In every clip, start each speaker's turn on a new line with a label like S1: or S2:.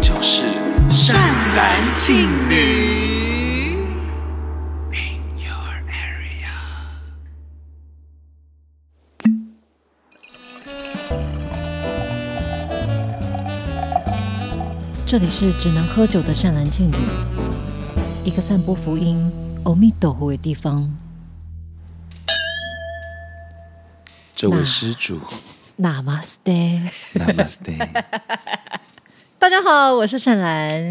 S1: 就是善男信女。In your area，
S2: 这里是只能喝酒的善男信女，一个散播福音、阿弥陀佛的地方。
S1: 这位
S2: 那
S1: 施主
S2: Namaste，
S1: ，Namaste，
S2: 大家好，我是善 兰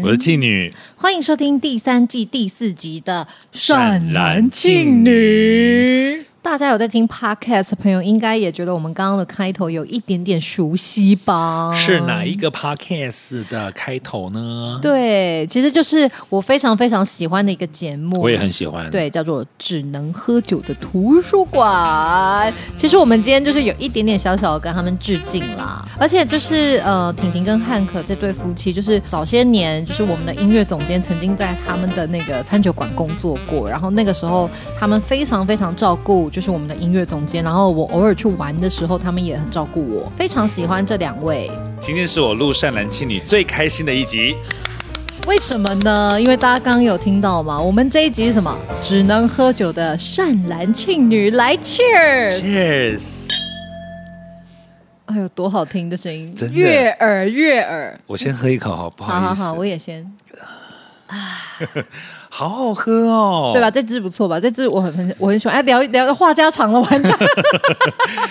S1: 我，是妓女，
S2: 欢迎收听第三季第四集的
S1: 善男
S2: 信
S1: 信女。
S2: 大家有在听 podcast 的朋友，应该也觉得我们刚刚的开头有一点点熟悉吧？
S1: 是哪一个 podcast 的开头呢？
S2: 对，其实就是我非常非常喜欢的一个节目。
S1: 我也很喜欢。，
S2: 对，叫做“只能喝酒的图书馆”。其实我们今天就是有一点点小小的跟他们致敬啦，而且就是呃，婷婷跟汉克这对夫妻，就是早些年就是我们的音乐总监曾经在他们的那个餐酒馆工作过，然后那个时候他们非常非常照顾就是我们的音乐总监，然后我偶尔去玩的时候，他们也很照顾我，非常喜欢这两位。
S1: 今天是我录善男信女最开心的一集。
S2: 为什么呢？因为大家刚刚有听到嘛，我们这一集是什么？只能喝酒的善男信女来 Cheers！
S1: Cheers！
S2: 哎呦，多好听的声音
S1: 真，的
S2: 悦耳悦耳。
S1: 我先喝一口，好不好
S2: 好
S1: 意
S2: 好
S1: 思？
S2: 好，我也先，
S1: 好好喝哦，
S2: 对吧？？这支不错吧？这支我很很我很喜欢。哎，聊聊话家常了，完蛋。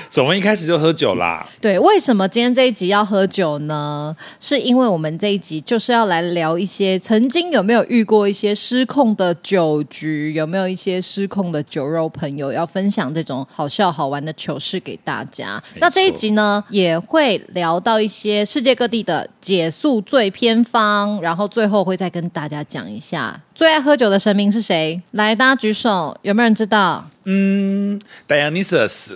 S1: 怎么一开始就喝酒啦？
S2: 对，为什么今天这一集要喝酒呢？是因为我们这一集就是要来聊一些曾经有没有遇过一些失控的酒局，有没有一些失控的酒肉朋友，要分享这种好笑好玩的糗事给大家。
S1: 没
S2: 那这一
S1: 错
S2: 集呢，也会聊到一些世界各地的解宿醉偏方，然后最后会再跟大家讲一下最爱喝酒的神明是谁。来，大家举手，有没有人知道？
S1: 嗯，Dionysus，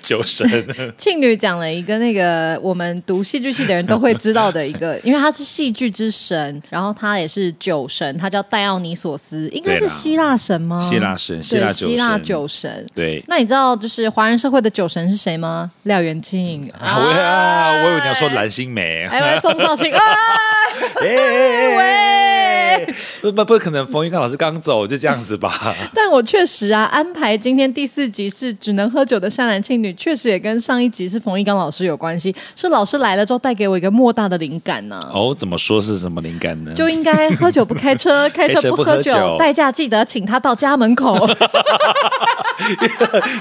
S1: 酒神，
S2: 庆女讲了一个那个我们读戏剧系的人都会知道的一个，因为他是戏剧之神，然后他也是酒神，他叫戴奥尼索斯，应该
S1: 对
S2: 是
S1: 啦
S2: 希腊神吗？
S1: 希腊神，希
S2: 对
S1: 腊酒
S2: 希腊
S1: 神，
S2: 酒神。
S1: 对。
S2: 那你知道就是华人社会的酒神是谁吗？廖元庆
S1: 啊我啊，我以为你要说蓝心湄，
S2: 哎，喂，宋少卿啊，
S1: 哎，不不不可能，冯玉刚老师刚走就这样子吧？
S2: 但我确实啊，安排今天第四集是只能喝酒的善男信女，确实也跟上一集是冯一刚老师有关系，是老师来了之后带给我一个莫大的灵感呢、
S1: 哦，怎么说是什么灵感呢？
S2: 就应该喝酒不 开车，开车不喝
S1: 开车不喝酒
S2: 酒，代驾记得请他到家门 口。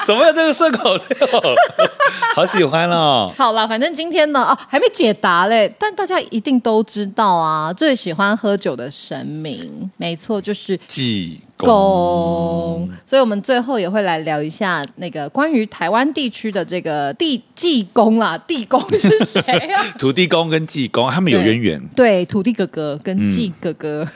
S1: 怎么有这个顺口溜？ 好喜欢哦！
S2: 好啦，反正今天呢，哦，还没解答嘞，但大家一定都知道啊，最喜欢喝酒的神明，没错，就是。
S1: 济公，
S2: 公，所以我们最后也会来聊一下那个关于台湾地区的这个地济公啦，地公是谁啊？
S1: 土地公跟济公他们有渊源，
S2: 对，土地哥哥跟
S1: 嗯
S2: 济哥哥。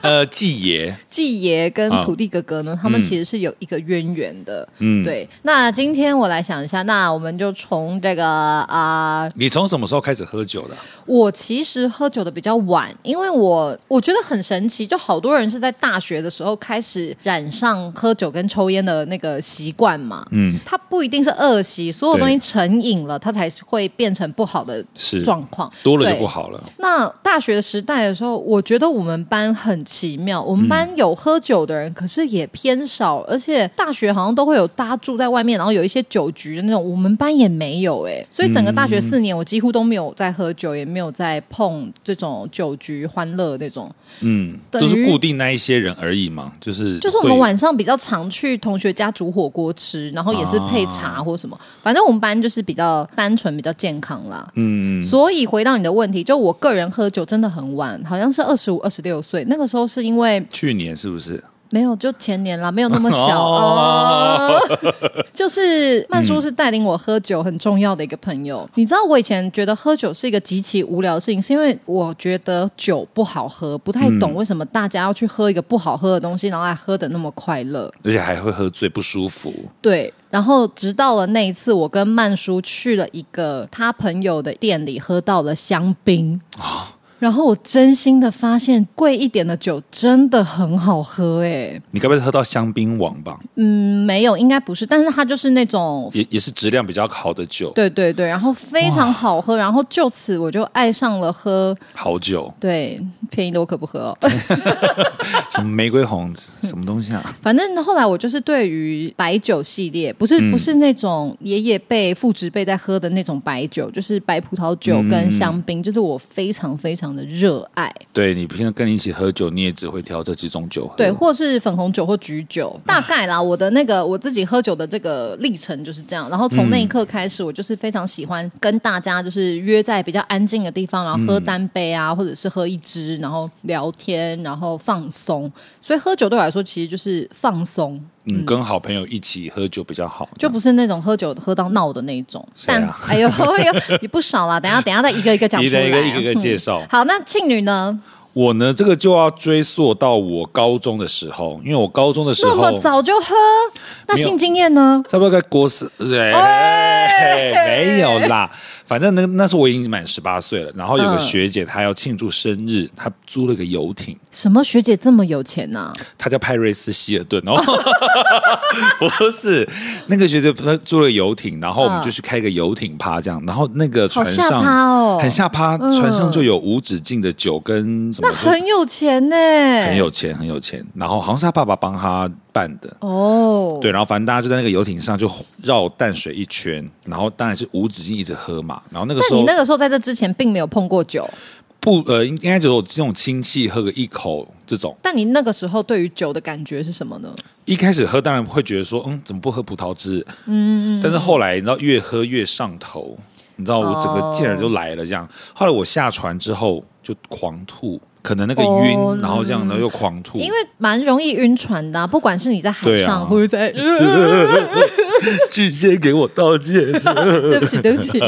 S1: 呃，济爷
S2: 季爷跟
S1: 啊
S2: 土地哥哥呢，他们其实是有一个渊源的。
S1: 嗯
S2: 嗯，对。那今天我来想一下，那我们就从这个啊、
S1: 你从什么时候开始喝酒的？
S2: 我其实喝酒的比较晚，因为我我觉得很神奇，就好多人是在大学的时候开始染上喝酒跟抽烟的那个习惯嘛。
S1: 嗯，
S2: 它不一定是恶习，所有
S1: 对
S2: 东西成瘾了，它才会变成不好的
S1: 是
S2: 状况。
S1: 多了就
S2: 对
S1: 不好了。
S2: 那大学时代的时候，我觉得我们班很奇妙，我们班有喝酒的人，可是也偏少，而且大学好像都会有大家住在外面，然后有一些酒局的那种，我们班也没有哎、所以整个大学四年，我几乎都没有在喝酒，也没有在碰这种酒局欢乐那种，
S1: 嗯，
S2: 等
S1: 都是
S2: 于
S1: 固定那一些人而已嘛，就是
S2: 就是我们
S1: 会
S2: 晚上比较常去同学家煮火锅吃，然后也是配茶或什么，反正我们班就是比较单纯，比较健康啦。
S1: 嗯，
S2: 所以回到你的问题，就我个人喝酒真的很晚，好像是二十五、二十六岁，那个时候是因为
S1: 去年是不是？
S2: 没有就前年啦，没有那么小
S1: 哦
S2: 哦。 就是曼叔是带领我喝酒很重要的一个朋友。你知道我以前觉得喝酒是一个极其无聊的事情，是因为我觉得酒不好喝，不太懂为什么大家要去喝一个不好喝的东西，然后还喝的那么快乐。
S1: 而且还会喝醉，不舒服。
S2: 对，然后直到了那一次，我跟曼叔去了一个他朋友的店里，喝到了香槟。然后我真心的发现，贵一点的酒真的很好喝哎、
S1: 你该不会是喝到香槟王吧？
S2: 嗯，没有，应该不是，但是它就是那种
S1: 也也是质量比较好的酒，
S2: 对对对，然后非常好喝，然后就此我就爱上了喝。
S1: 好酒，
S2: 对，便宜的我可不喝、哦。
S1: 什么玫瑰红，
S2: 嗯
S1: 什么东西啊？
S2: 反正后来我就是对于白酒系列，不是、不是那种爷爷辈、父执辈在喝的那种白酒，就是白葡萄酒跟香槟，就是我非常非常的热爱。
S1: 对你平常跟你一起喝酒，你也只会挑这几种酒喝。
S2: 对，或是粉红酒或橘酒，大概啦。我的那个我自己喝酒的这个历程就是这样。然后从那一刻开始，我就是非常喜欢跟大家就是约在比较安静的地方，然后喝单杯啊，或者是喝一支，然后聊天，然后放松。所以喝酒对我来说，其实就是放松。
S1: 嗯，跟好朋友一起喝酒比较好。
S2: 就不是那种喝酒喝到闹的那一种，
S1: 谁
S2: 但
S1: 啊
S2: 哎呦哎呦也不 少啦，等一下等一下再一个一个讲
S1: 一
S2: 出
S1: 个
S2: 来，啊嗯
S1: 一个一个一个介绍。
S2: 好，那庆女呢？
S1: 我呢，这个就要追溯到我高中的时候，因为我高中的时
S2: 那么
S1: 候，
S2: 早就喝？那
S1: 没有
S2: 性经验呢？
S1: 差不多在国四，哎，没有啦。反正那那时候我已经满十八岁了，然后有个
S2: 嗯
S1: 学姐她要庆祝生日，她租了个游艇，
S2: 什么学姐这么有钱啊呐、
S1: 她叫派瑞斯希尔顿哦， 不是那个学姐她租了游艇，然后我们就去开一个游艇趴这样，然后那个船
S2: 嗯好吓
S1: 上
S2: 趴哦
S1: 很下趴，
S2: 嗯
S1: 船上就有无止境的酒跟什么
S2: 那
S1: 东西，
S2: 很有钱呢、
S1: 很有钱很有钱，然后好像是她爸爸帮她办的，
S2: 哦。
S1: 对，然后反正大家就在那个游艇上就绕淡水一圈，然后当然是无止境一直喝嘛。然后那个时
S2: 但你
S1: 候
S2: 那个时候在这之前并没有碰过酒，
S1: 不呃，应该只有这种亲戚喝个一口这种。
S2: 但你那个时候对于酒的感觉是什么呢？
S1: 一开始喝当然会觉得说，嗯，怎么不喝葡萄汁？嗯，但是后来你知道越喝越上头，你知道我整个劲儿就来了这样。后来我下船之后就狂吐，可能那个晕，
S2: 哦
S1: 然后这样然后又狂吐，
S2: 因 为蛮容易晕船的啊、不管是你在海
S1: 对啊
S2: 上、或者在、呃
S1: 巨蟹给我道歉。
S2: 对不起，对不起，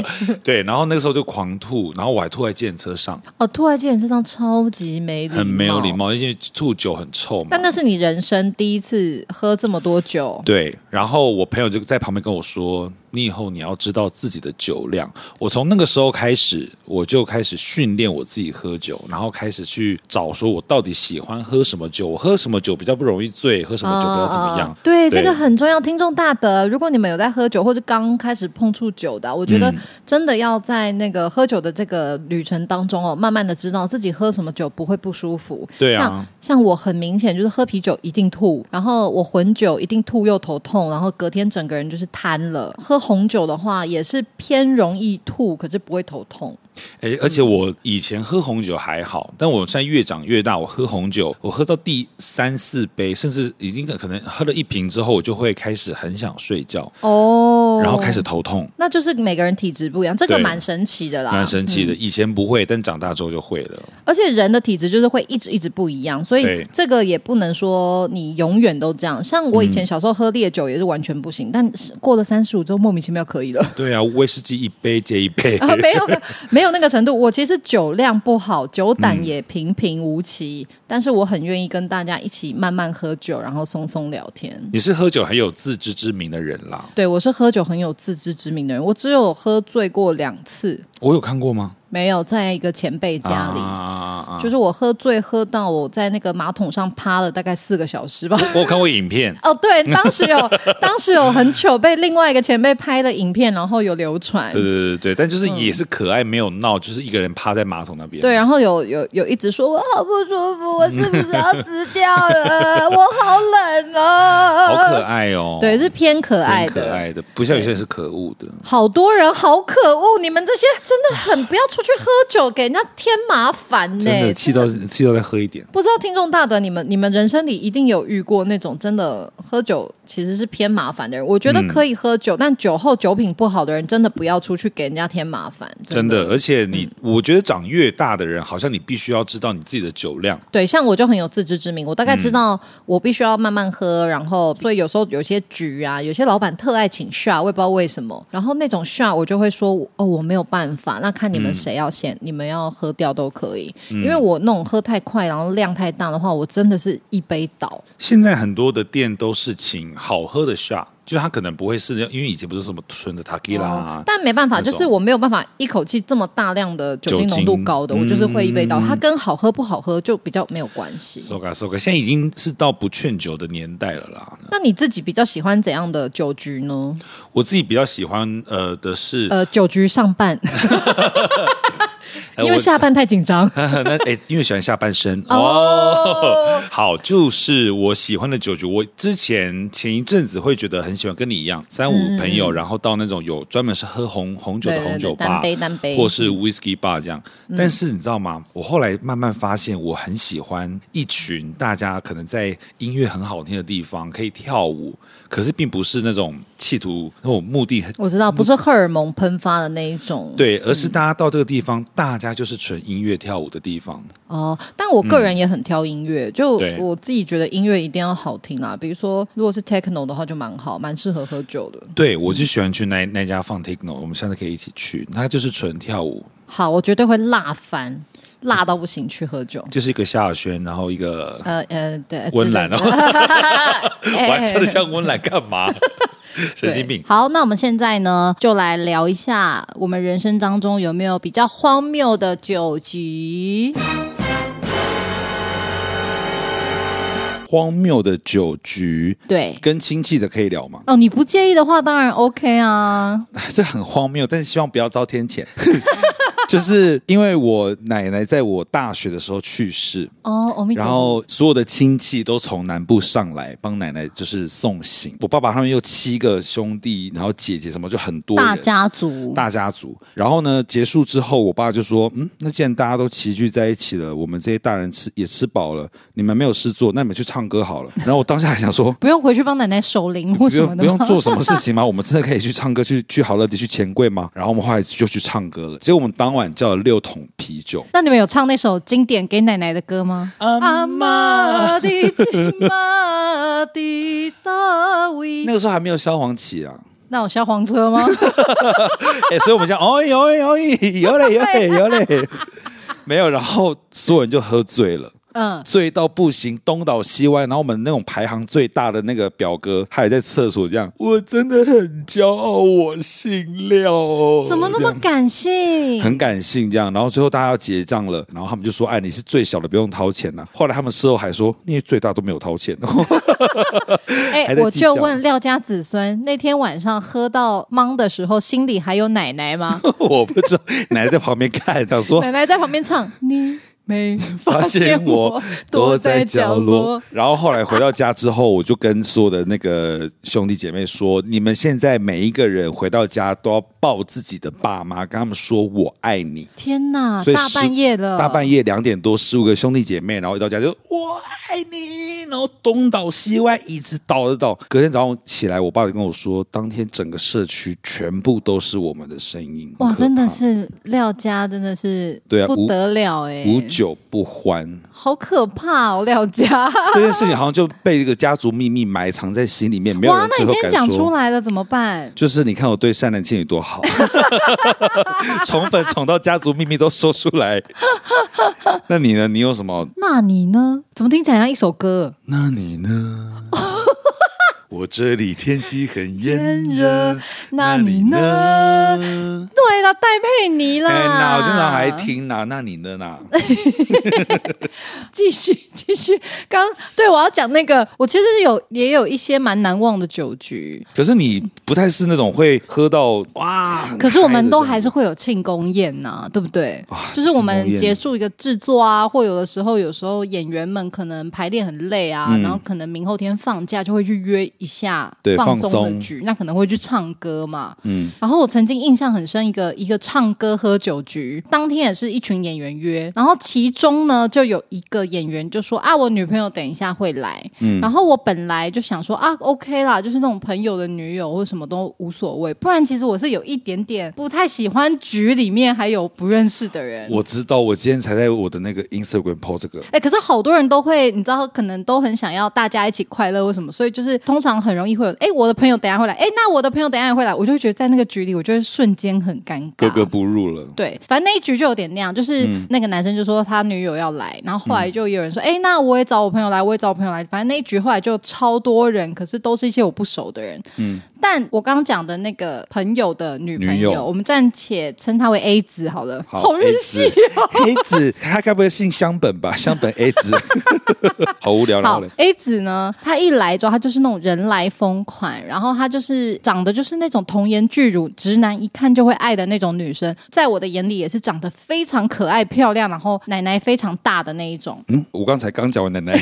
S1: 对，然后那个时候就狂吐，然后我还吐在电车上，
S2: 哦，突然间身上超级没礼，
S1: 很没有礼。貌，因为吐酒很臭嘛。
S2: 但那是你人生第一次喝这么多酒，
S1: 对，然后我朋友就在旁边跟我说：“你以后你要知道自己的酒量。”我从那个时候开始，我就开始训练我自己喝酒，然后开始去找说我到底喜欢喝什么酒，我喝什么酒比较不容易醉，喝什么酒比较怎么样。
S2: 啊对，
S1: 对
S2: 这个很重要。听众大德，如果你们有在喝酒或者刚开始碰触酒的啊，我觉
S1: 嗯
S2: 得真的要在那个喝酒的这个旅程当中哦，慢慢的知道自己喝什么酒不会不舒服。
S1: 对啊
S2: 像像我很明显就是喝啤酒一定吐，然后我混酒一定吐又头痛，然后隔天整个人就是瘫了。喝红酒的话也是偏容易吐，可是不会头痛。
S1: 诶，而且我以前喝红酒还好，但我现在越长越大，我喝红酒，我喝到第三四杯，甚至已经可能喝了一瓶之后，我就会开始很想睡觉，
S2: 哦，
S1: 然后开始。头痛。
S2: 那就是每个人体质不一样，这个
S1: 对
S2: 蛮神奇的啦，
S1: 蛮神奇的，
S2: 嗯
S1: 以前不会，但长大之后就会了。
S2: 而且人的体质就是会一直一直不一样，所以
S1: 对
S2: 这个也不能说你永远都这样。像我以前小时候喝烈酒也是完全不
S1: 嗯
S2: 行，但是过了三十五之后莫名其 妙可以了。
S1: 对啊，威士忌一杯接一 杯。
S2: 啊，没有没有没有那个程度。我其实酒量不好，酒胆也平平无奇，但是我很愿意跟大家一起慢慢喝酒，然后松松聊天。
S1: 你是喝酒很有自知之明的人啦，
S2: 对我是喝酒很有自知之明的人，我只有喝醉过两次，
S1: 我有看过吗？
S2: 没有在一个前辈家里。
S1: 啊啊啊啊！
S2: 就是我喝醉喝到我在那个马桶上趴了大概四个小 时吧。，
S1: 我有看过影片
S2: 哦，对，当时 有，当时有很糗被另外一个前辈拍的影片，然后有流传。
S1: 对对对对对，但就是也是可爱，没有闹，就是一个人趴在马桶那边。
S2: 嗯对，啊然后有有有一直说我好不舒服，我是不是要死掉了？我好冷啊！
S1: 好可爱哦。
S2: 对，是偏可爱
S1: 很
S2: 的。
S1: 可爱的，不像有些人是可恶的。
S2: 好多人好可恶，你们这些真的很不要出去喝酒，给人家添麻烦呢、
S1: 真的气到气到再喝一点，
S2: 不知道听众大德，你们你们人生里一定有遇过那种真的喝酒其实是偏麻烦的人。我觉
S1: 嗯
S2: 得可以喝酒，但酒后酒品不好的人，真的不要出去给人家添麻烦。
S1: 真
S2: 嗯
S1: 的。而且你，我觉得长越大的人，好像你必须要知道你自己的酒量。
S2: 对，像我就很有自知之明，我大
S1: 嗯
S2: 概知道我必须要慢慢喝，然后所以有时候有些局啊，有些老板特爱请 shot，我也不知道为什么。然后那种 shot 我就会说，哦，我没有办法，那看你
S1: 嗯
S2: 们谁要先，你们要喝掉都可以，因为我那种喝太快，然后量太大的话，我真的是一杯倒。
S1: 现在很多的店都是请好喝的 shot，就他可能不会是因为以前不是什么纯的塔 q 拉、
S2: 哦但没办法，
S1: 啊那种
S2: 就是我没有办法一口气这么大量的酒精浓度高的，
S1: 酒
S2: 我
S1: 精嗯
S2: 就是会被到。它跟好喝不好喝就比较没有关系。
S1: so 嘎 so 嘎，现在已经是到不劝酒的年代了啦。
S2: 那你自己比较喜欢怎样的酒局呢？
S1: 我自己比较喜欢呃的是，
S2: 呃，酒局上半，
S1: 呃
S2: 因为
S1: 哎我
S2: 下半太紧张
S1: 那哎、因为喜欢下半身
S2: 哦。
S1: 好，就是我喜欢的酒局。我之前前一阵子会觉得很喜欢，跟你一样，三五朋友，然后到那种有专门是喝红红酒的
S2: 嗯对对
S1: 红酒
S2: 对单
S1: 吧，
S2: 杯单杯
S1: 或是 whisky bar 这样。但是你知道吗？我后来慢慢发现，我很喜欢一群大家可能在音乐很好听的地方可以跳舞，可是并不是那种企图那种目的很
S2: 我知道，不是荷嗯尔蒙喷发的那一种。
S1: 对，而是大家到这个地方，大家就是纯音乐跳舞的地方。
S2: 哦，但我个人也很挑音乐，就
S1: 嗯对
S2: 我自己觉得音乐一定要好听啦。比如说，如果是 techno 的话，就蛮好，蛮适合喝酒的。
S1: 对，我就喜欢去那那家放 techno，我们下次可以一起去。它就是纯跳舞，
S2: 好，我绝对会辣翻，辣到不行去喝酒。
S1: 就是一个萧亚轩，然后一个
S2: 呃呃，对，
S1: 温岚 哦，我还
S2: 真
S1: 唱的像温岚干 嘛？神经病！
S2: 哎好，那我们现在呢，就来聊一下我们人生当中有没有比较荒谬的酒局。
S1: 荒谬的酒局，
S2: 对，
S1: 跟亲戚的可以聊吗？
S2: 哦，你不介意的话，当然 OK 啊。
S1: 这很荒谬，但是希望不要遭天谴。 就是因为我奶奶在我大学的时候去世，
S2: 哦，我们
S1: 然后所有的亲戚都从南部上来帮奶奶就是送行。我爸爸他们有七个兄弟，然后姐姐什么就很多人
S2: 大家族，。
S1: 大家族。然后呢，结束之后，我爸就说：“嗯，那既然大家都齐聚在一起了，我们这些大人吃也吃饱了，你们没有事做，那你们去唱歌好了。”然后我当下还想说
S2: 不用回去帮奶奶守灵或
S1: 不
S2: 什
S1: 用
S2: 么的
S1: 不用
S2: 吗
S1: 做什么事情吗？我们真的可以去唱歌，去去好乐迪，去钱柜吗？然后我们后来就去唱歌了。结果我们当晚叫了六桶啤酒，
S2: 那你们有唱那首经典给奶奶的歌吗？ 阿妈的金妈的大卫
S1: 那，个时候还没有消黄旗啊，
S2: 那我消黄车吗？
S1: 哎、所以我们讲，哦有哦有嘞有嘞有嘞，没有，然后所有人就喝醉了。
S2: 嗯，
S1: 醉到不行，东倒西歪。然后我们那种排行最大的那个表哥，他也在厕所这样。我真的很骄傲，我姓廖哦。
S2: 怎么那
S1: 这
S2: 么
S1: 样
S2: 感性？
S1: 很感性这样？然后最后大家要结账了，然后他们就说：“哎，你是最小的，不用掏钱呐、后来他们事后还说：“你最大都没有掏钱。
S2: 哎、
S1: 还在
S2: 我
S1: 计较
S2: 就问廖家子孙，那天晚上喝到懵的时候，心里还有奶奶 吗？”
S1: 我不知道，奶奶在旁边看，想说
S2: 奶奶 在旁边唱：“你没
S1: 发
S2: 发
S1: 现
S2: 现
S1: 我
S2: 我
S1: 躲
S2: 躲
S1: 在
S2: 在
S1: 角
S2: 角
S1: 落。
S2: 落。
S1: 然后后来回到家之后，我就跟所有的那个兄弟姐妹说：“你们现在每一个人回到家都要抱自己的爸妈，跟他们说我爱你。””
S2: 天哪，
S1: 所以
S2: 啊大
S1: 十
S2: 半夜的，
S1: 大半夜两点多，十五个兄弟姐妹，然后一到家就我爱你，然后东倒西歪，椅子倒的倒。隔天早上起来，我爸就跟我说，当天整个社区全部都是我们的声音，很
S2: 哇，
S1: 可
S2: 真的
S1: 怕
S2: 是廖家，真的是
S1: 对啊
S2: 不
S1: 无
S2: 得了哎、
S1: 无酒不欢。
S2: 好可怕哦，廖家。
S1: 这件事情好像就被这个家族秘密埋藏在心里面， 没有
S2: 哇
S1: 人，
S2: 那
S1: 最
S2: 你
S1: 后
S2: 今天
S1: 敢
S2: 讲出
S1: 说。
S2: 来了怎么办？
S1: 就是你看我对善男信女多 好， 宠粉宠到家族秘密都说出来。那你呢？你有什么？
S2: 那你呢？怎么听起来像一首歌？
S1: 那你 呢？我这里天气很炎
S2: 热
S1: 热，
S2: 那你呢？
S1: 呢？
S2: 对了，戴佩妮啦。
S1: 哎，那我经常还听啦。那你呢？啦？
S2: 继续 继续，刚对我要讲那个，我其实有也有一些蛮难忘的酒局，
S1: 可是你不太是那种会喝到哇，很
S2: 可是我
S1: 嗨
S2: 们
S1: 的
S2: 都
S1: 这样
S2: 还是会有庆功宴呐、对不对？
S1: 啊
S2: 就是
S1: 庆
S2: 我
S1: 功
S2: 们
S1: 宴
S2: 结束一个制作啊，或有的时候有时候演员们可能排练很累啊，然后可能明后天放假就会去约一下
S1: 嗯对
S2: 放
S1: 放
S2: 松的
S1: 松
S2: 局，那可能会去唱歌嘛。
S1: 嗯
S2: 然后我曾经印象很深一个一个唱歌喝酒局，当天也是一群演员约，然后其中呢就有一个演员就说啊，我女朋友等一下会来，然后我本来就想说啊，OK 啦，就是那种朋友的女友或什么都无所谓，不然其实我是有一点点不太喜欢局里面还有不认识的人。
S1: 嗯我知道，我今天才在我的那个 Instagram po 这个，
S2: 哎、可是好多人都会，你知道，可能都很想要大家一起快乐或什么，所以就是通常常很容易会有，哎，我的朋友等一下会来，哎，那我的朋友等一下也会来，我就会觉得在那个局里，我就会瞬间很尴尬。
S1: 格格不入了。嗯
S2: 对，反正那一局就有点那样，就是那个男生就说他女友要来，然后后来就有人说，哎、那我也找我朋友来，我也找我朋友来，反正那一局后来就超多人，可是都是一些我不熟的人。嗯，但我刚刚讲的那个朋友的女朋
S1: 女
S2: 友，
S1: 友
S2: 我们暂且称她为 A 子好了，
S1: 好
S2: 日系。哦
S1: 黑子，他该不会姓香本吧？香本 A 子， 好无聊。然后
S2: 好
S1: 嘞，
S2: ，A 子呢，她一来之后，她就是那种人来疯款，然后她就是长得就是那种童颜巨乳，直男一看就会爱的那种女生，在我的眼里也是长得非常可爱漂亮，然后奶奶非常大的那一种。
S1: 嗯，我刚才刚讲完奶 奶，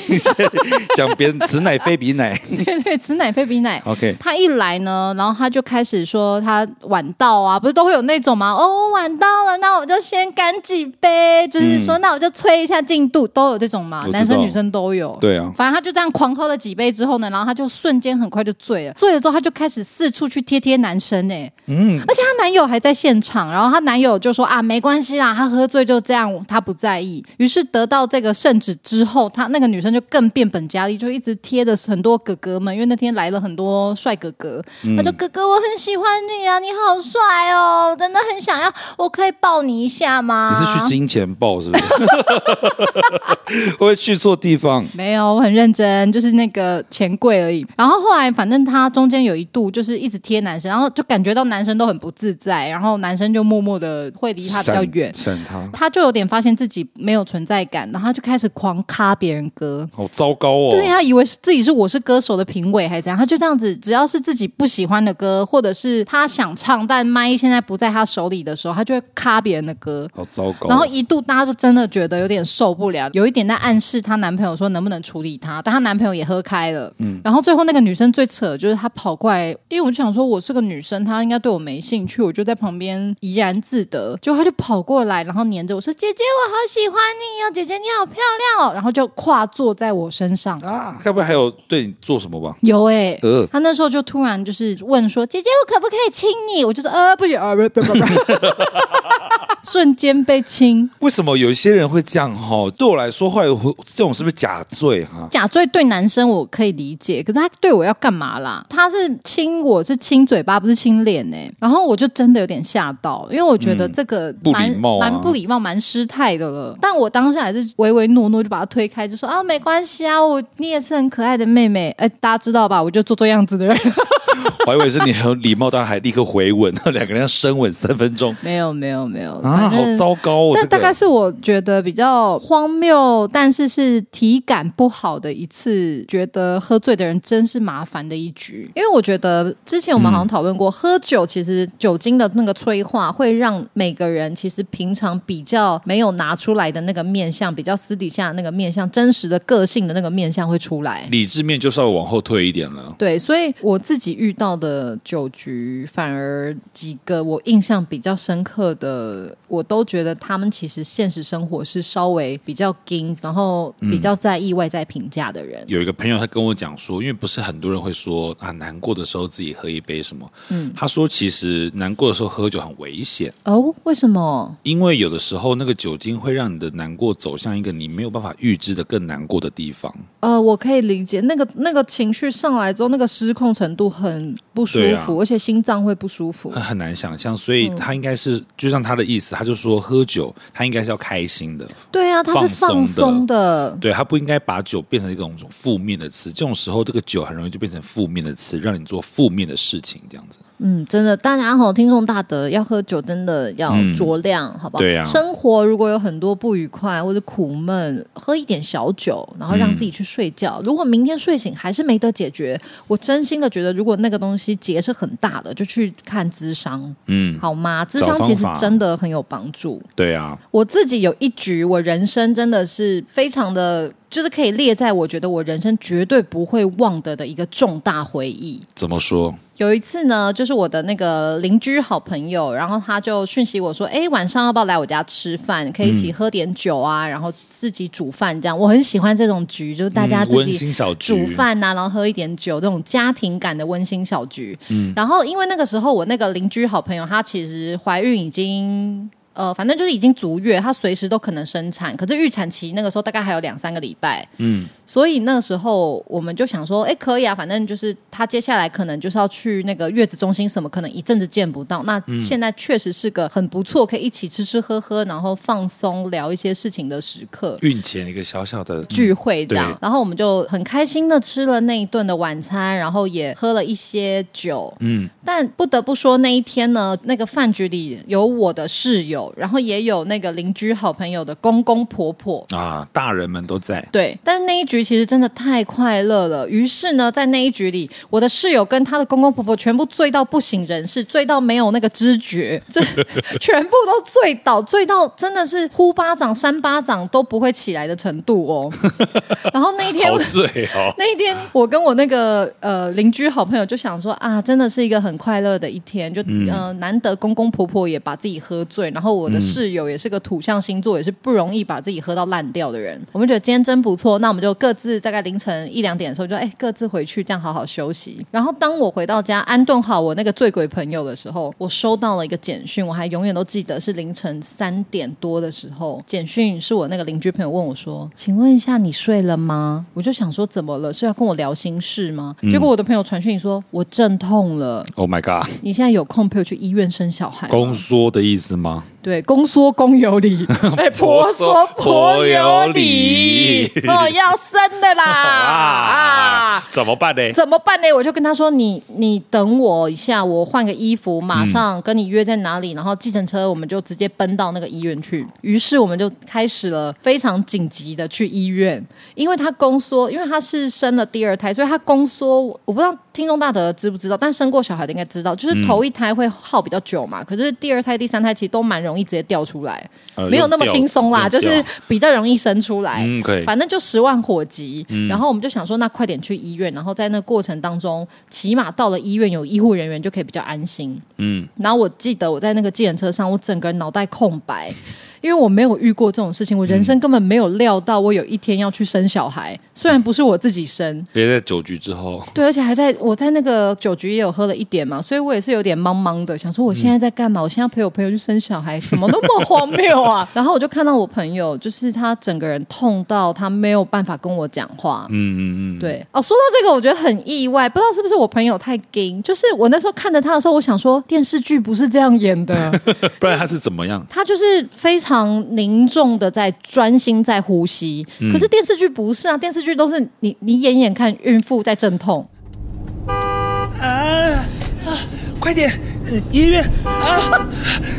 S1: 讲别人此奶非彼奶。
S2: 对对，此奶非彼奶。
S1: OK，
S2: 他一来呢，然后他就开始说他晚到啊，不是都会有那种吗？哦，晚到了，那我就先干几杯，就是说、那我就催一下进度，都有这种嘛
S1: 嗯我，知道
S2: 男生女生都有。
S1: 对啊，
S2: 反正他就这样狂喝了几杯之后呢，然后他就瞬间很快就醉了，醉了之后他就开始四处去贴贴男生哎、嗯，而且她男友还在现场，然后她男友就说啊没关系啦，他喝醉就这样，他不在意。于是得到这个圣旨之后，她那个女生就更变本加厉，就一直贴的很多哥哥们，因为那天来了很多帅哥哥，
S1: 嗯
S2: 他就哥哥我很喜欢你啊，你好帅哦，我真的很想要，我可以抱你一下吗？
S1: 你是去金钱豹是不 是？会不会去错地方？
S2: 没有，我很认真，就是那个钱柜而已。然后后来，反正他中间有一度就是一直贴男生，然后就感觉到男生都很不自在，然后男生就默默的会离他比较
S1: 闪
S2: 远。
S1: 闪他，
S2: 他就有点发现自己没有存在感，然后他就开始狂咖别人歌。
S1: 好糟糕哦。
S2: 对，啊他以为是自己是《我是歌手》的评委还是怎样，他就这样子，只要是自己不喜欢的歌，或者是他想唱但麦现在不在他手里的时候，他就会咖别人的歌。
S1: 好糟糕。哦
S2: 然后一度大家就真的觉得有点受不了，有一点在暗示她男朋友说能不能处理她，但她男朋友也喝开了。嗯，然后最后那个女生最扯，就是她跑过来，因为我就想说我是个女生，她应该对我没兴趣，我就在旁边怡然自得，结果她就跑过来，然后黏着我说：“姐姐，我好喜欢你哦，姐姐你好漂亮哦。”然后就跨坐在我身上。
S1: 啊，该不会还有对你做什么吧？
S2: 有哎、
S1: 呃
S2: 她那时候就突然就是问说：“姐姐，我可不可以亲你？”我就说：“呃，不行，呃，不不不不。”瞬间被亲，
S1: 为什么有一些人会这样哈、对我来说，后来我这种是不是假醉哈、
S2: 假醉对男生我可以理解，可是他对我要干嘛啦？他是亲我是亲嘴巴，不是亲脸呢、然后我就真的有点吓到，因为我觉得这个
S1: 嗯不
S2: 蛮、
S1: 礼貌啊
S2: 蛮不礼貌，蛮失态的了。但我当下还是唯唯诺诺，就把他推开，就说啊，没关系啊，我你也是很可爱的妹妹。哎、大家知道吧？我就做做样子的人，
S1: 我还以为是你很有礼貌，当然还立刻回吻， 两个人要深吻三分钟
S2: 没有没有没有
S1: 啊，
S2: 反正
S1: 好糟糕哦！
S2: 那
S1: 这
S2: 大概
S1: 个
S2: 是我觉得比较荒谬，但是是体感不好的一次，觉得喝醉的人真是麻烦的一局。因为我觉得之前我们好像讨论过，喝酒其实酒精的那个催化会让每个人其实平常比较没有拿出来的那个面相，比较私底下的那个面相，真实的个性的那个面相会出来。
S1: 理智面就稍微往后退一点了。
S2: 对，所以我自己遇到的酒局，反而几个我印象比较深刻的，我都觉得他们其实现实生活是稍微比较精，然后比较在意外在评价的人。
S1: 嗯有一个朋友他跟我讲说，因为不是很多人会说啊，难过的时候自己喝一杯什么。嗯，他说其实难过的时候喝酒很危险，
S2: 哦，为什么？
S1: 因为有的时候那个酒精会让你的难过走向一个你没有办法预知的更难过的地方。
S2: 呃，我可以理解那个那个情绪上来之后，那个失控程度很不舒
S1: 对啊
S2: 服，而且心脏会不舒服
S1: 很。很难想象，所
S2: 嗯
S1: 以他应该是、就像他的意思，他就说喝酒他应该是要开心的，
S2: 对啊，它是
S1: 放
S2: 放松
S1: 松
S2: 的。
S1: 对他不应该把酒变成一种负面的词。这种时候，这个酒很容易就变成负面的词，让你做负面的事情，这样子。
S2: 嗯，真的，大家好，听众大德要喝酒，真的要
S1: 嗯
S2: 酌量，好不好？
S1: 对啊
S2: 生活如果有很多不愉快或者苦闷，喝一点小酒，然后让自己去睡觉。
S1: 嗯
S2: 如果明天睡醒还是没得解决，我真心的觉得，如果那个东西结是很大的，就去看智商，
S1: 嗯，
S2: 好吗？智
S1: 找
S2: 商
S1: 方
S2: 其实
S1: 法
S2: 真的很有帮助。
S1: 对啊，
S2: 我自己有一局，我人生真的是非常的，就是可以列在我觉得我人生绝对不会忘得的一个重大回忆。
S1: 怎么说？
S2: 有一次呢，就是我的那个邻居好朋友，然后他就讯息我说：“哎，晚上要不要来我家吃饭？可以一起喝点酒啊，然后自己煮饭这样。”我很喜欢这种局，就是大家
S1: 嗯
S2: 自
S1: 温
S2: 己
S1: 馨小
S2: 煮
S1: 局，
S2: 饭呐、然后喝一点酒，这种家庭感的温馨小局。嗯，然后因为那个时候我那个邻居好朋友，她其实怀孕已经。呃，反正就是已经足月，她随时都可能生产，可是预产期那个时候大概还有两三个礼拜，嗯，所以那时候我们就想说，哎，可以啊，反正就是他接下来可能就是要去那个月子中心什么，可能一阵子见不到。那
S1: 嗯
S2: 现在确实是个很不错，可以一起吃吃喝喝，然后放松聊一些事情的时刻。
S1: 孕前一个小小的
S2: 聚会这样，
S1: 嗯对
S2: 然后我们就很开心的吃了那一顿的晚餐，然后也喝了一些酒。
S1: 嗯，
S2: 但不得不说那一天呢，那个饭局里有我的室友，然后也有那个邻居好朋友的公公婆婆。
S1: 啊，大人们都在，
S2: 对，但那一局其实真的太快乐了。于是呢，在那一局里，我的室友跟她的公公婆婆全部醉到不省人事，醉到没有那个知觉，这全部都醉倒，醉到真的是呼巴掌、扇巴掌都不会起来的程度哦。然后那一天
S1: 好
S2: 我。
S1: 醉哦
S2: 那一天，我跟我那个呃邻居好朋友就想说啊，真的是一个很快乐的一天，就嗯、呃难得公公婆婆也把自己喝醉，然后我的室友也是个土象星座，也是不容易把自己喝到烂掉的人。我们觉得今天真不错，那我们就各自大概凌晨一两点的时候就哎各自回去，这样好好休息。然后当我回到家安顿好我那个醉鬼朋友的时候，我收到了一个简讯，我还永远都记得是凌晨三点多的时候，简讯是我那个邻居朋友问我说：“请问一下你睡了吗？”我就想说怎么了，是要跟我聊心事吗？结果我的朋友传讯说：“我阵痛了，
S1: Oh my god，
S2: 你现在有空陪我去医院生小孩吗
S1: 宫缩的意思吗？
S2: 对，公说公有 理，哎，婆说婆有啊理，哦，要生的 啦啊！
S1: 怎么办呢？
S2: 怎么办呢？我就跟他说：“你你等我一下，我换个衣服，马上跟你约在哪里，然后计程车我们就直接奔到那个医院去。”于是我们就开始了非常紧急的去医院，因为他宫缩，因为他是生了第二胎，所以他宫缩。我不知道听众大德知不知道，但生过小孩的应该知道，就是头一胎会耗比较久嘛，可是第二胎、第三胎其实都蛮容易直接掉出来，
S1: 呃
S2: 没有那么轻松啦，
S1: 用
S2: 就
S1: 掉
S2: 是比较容易生出来。
S1: 嗯，可以。嗯
S2: 反正就十万火急。然后我们就想说，那快点去医院。然后在那过程当中，起码到了医院有医护人员就可以比较安心。
S1: 嗯，
S2: 然后我记得我在那个计程车上，我整个人脑袋空白，因为我没有遇过这种事情，我
S1: 嗯
S2: 人生根本没有料到我有一天要去生小孩，虽然不是我自己生。
S1: 别在酒局之后，
S2: 对，而且还在我在那个酒局也有喝了一点嘛，所以我也是有点茫茫的，想说我
S1: 嗯
S2: 现在在干嘛？我现在陪我朋友去生小孩，怎么那么荒谬啊？ 然后我就看到我朋友，就是他整个人痛到他没有办法跟我讲话。
S1: 嗯嗯嗯，
S2: 对哦，说到这个，我觉得很意外，不知道是不是我朋友太硬。就是我那时候看着他的时候，我想说电视剧不是这样演 的，
S1: 不然他是怎么样？
S2: 他就是非常凝重的在专心在呼吸。
S1: 嗯
S2: 可是电视剧不是啊，电视剧都是你你演演看孕妇在阵痛，
S3: 啊啊！快点，呃医院啊！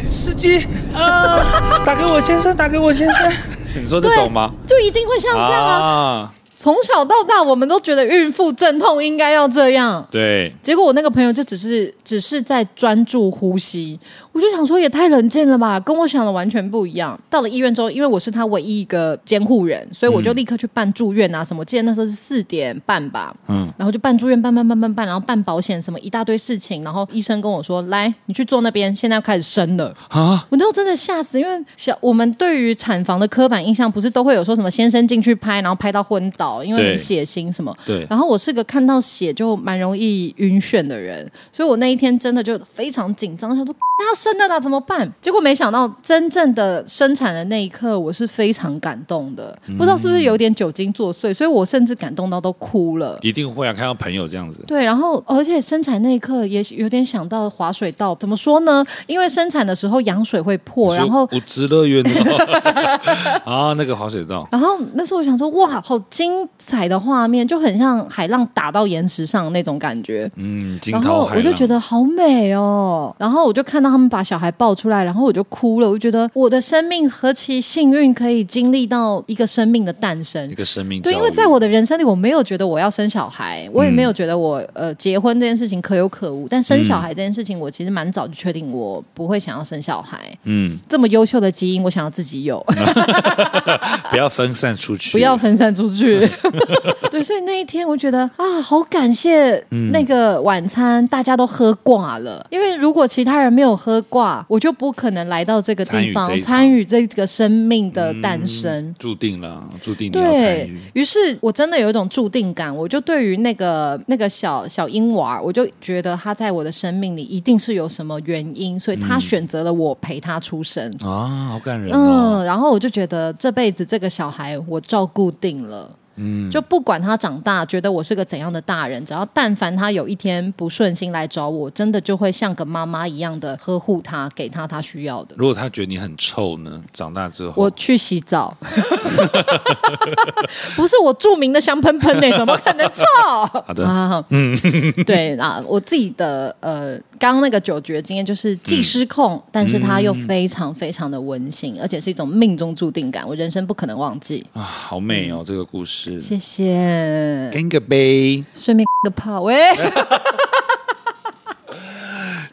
S3: 司机啊！打给我先生，打给我先生。
S1: 你说这种吗？
S2: 就一定会像这样啊。
S1: 啊，
S2: 从小到大，我们都觉得孕妇阵痛应该要这样。
S1: 对，
S2: 结果我那个朋友就只是只是在专注呼吸，我就想说也太冷静了吧，跟我想的完全不一样。到了医院之后，因为我是他唯一一个监护人，所以我就立刻去办住院啊什么。我记得那时候是四点半吧，
S1: 嗯
S2: 然后就办住院，办办办办办，然后办保险什么一大堆事情。然后医生跟我说：“来，你去坐那边，现在要开始生了。”
S1: 啊，
S2: 我那时候真的吓死，因为小我们对于产房的刻板印象，不是都会有说什么先生进去拍，然后拍到昏倒，因为很
S1: 对
S2: 血腥什么。
S1: 对
S2: 然后我是个看到血就蛮容易晕眩的人，所以我那一天真的就非常紧张，想说他要生的啦，怎么办？结果没想到真正的生产的那一刻，我是非常感动的，不知道是不是有点酒精作祟，所以我甚至感动到都哭了。
S1: 一定会啊，看到朋友这样子，
S2: 对，然后而且生产那一刻也有点想到滑水道，怎么说呢？因为生产的时候羊水会破，然后
S1: 我知乐园哦 啊，那个滑水道，
S2: 然后那时候我想说，哇，好精彩的画面，就很像海浪打到岩石上那种感觉。
S1: 嗯，惊
S2: 然
S1: 涛
S2: 后
S1: 骇
S2: 我就
S1: 浪
S2: 觉得好美哦，然后我就看到他们把小孩抱出来，然后我就哭了。我就觉得我的生命何其幸运，可以经历到一个生命的诞
S1: 一
S2: 生。
S1: 个生命
S2: 对，
S1: 教
S2: 因为
S1: 育
S2: 在我的人生里，我没有觉得我要生小孩，我也没有
S1: 嗯
S2: 觉得我、呃结婚这件事情可有可无，但生小孩这件事情，我其实蛮早就确定我不会想要生小孩。
S1: 嗯，
S2: 这么优秀的基因，我想要自己有。
S1: 不要分散出去，
S2: 不要分散出去。 对，所以那一天我觉得啊，好感谢那个晚餐大家都喝挂了，因为如果其他人没有喝挂，我就不可能来到这个地方
S1: 参与这一场
S2: 参与这嗯个生命的诞生。
S1: 注定了，注定你要参
S2: 对
S1: 与，
S2: 于是，我真的有一种注定感，我就对于那个那个小小婴娃儿，我就觉得他在我的生命里一定是有什么原因，所以他选择了我陪他出生。
S1: 啊，好感人哦。
S2: 嗯嗯，然后我就觉得这辈子这个小孩我照顾定了。嗯，就不管他长大觉得我是个怎样的大人，只要但凡他有一天不顺心来找我，真的就会像个妈妈一样的呵护他，给他他需要的。
S1: 如果他觉得你很臭呢？长大之后，
S2: 我去洗澡，不是我著名的香喷喷呢，怎么可能臭？ 好
S1: 的
S2: 啊，嗯，对啊，我自己的呃，刚刚那个九绝经验就是既失控，但是它又非常非常的温馨，而且是一种命中注定感，我人生不可能忘记。
S1: 啊，好美哦，这个故事。
S2: 嗯谢谢，
S1: 干个杯，
S2: 顺便个泡，喂，
S1: 哎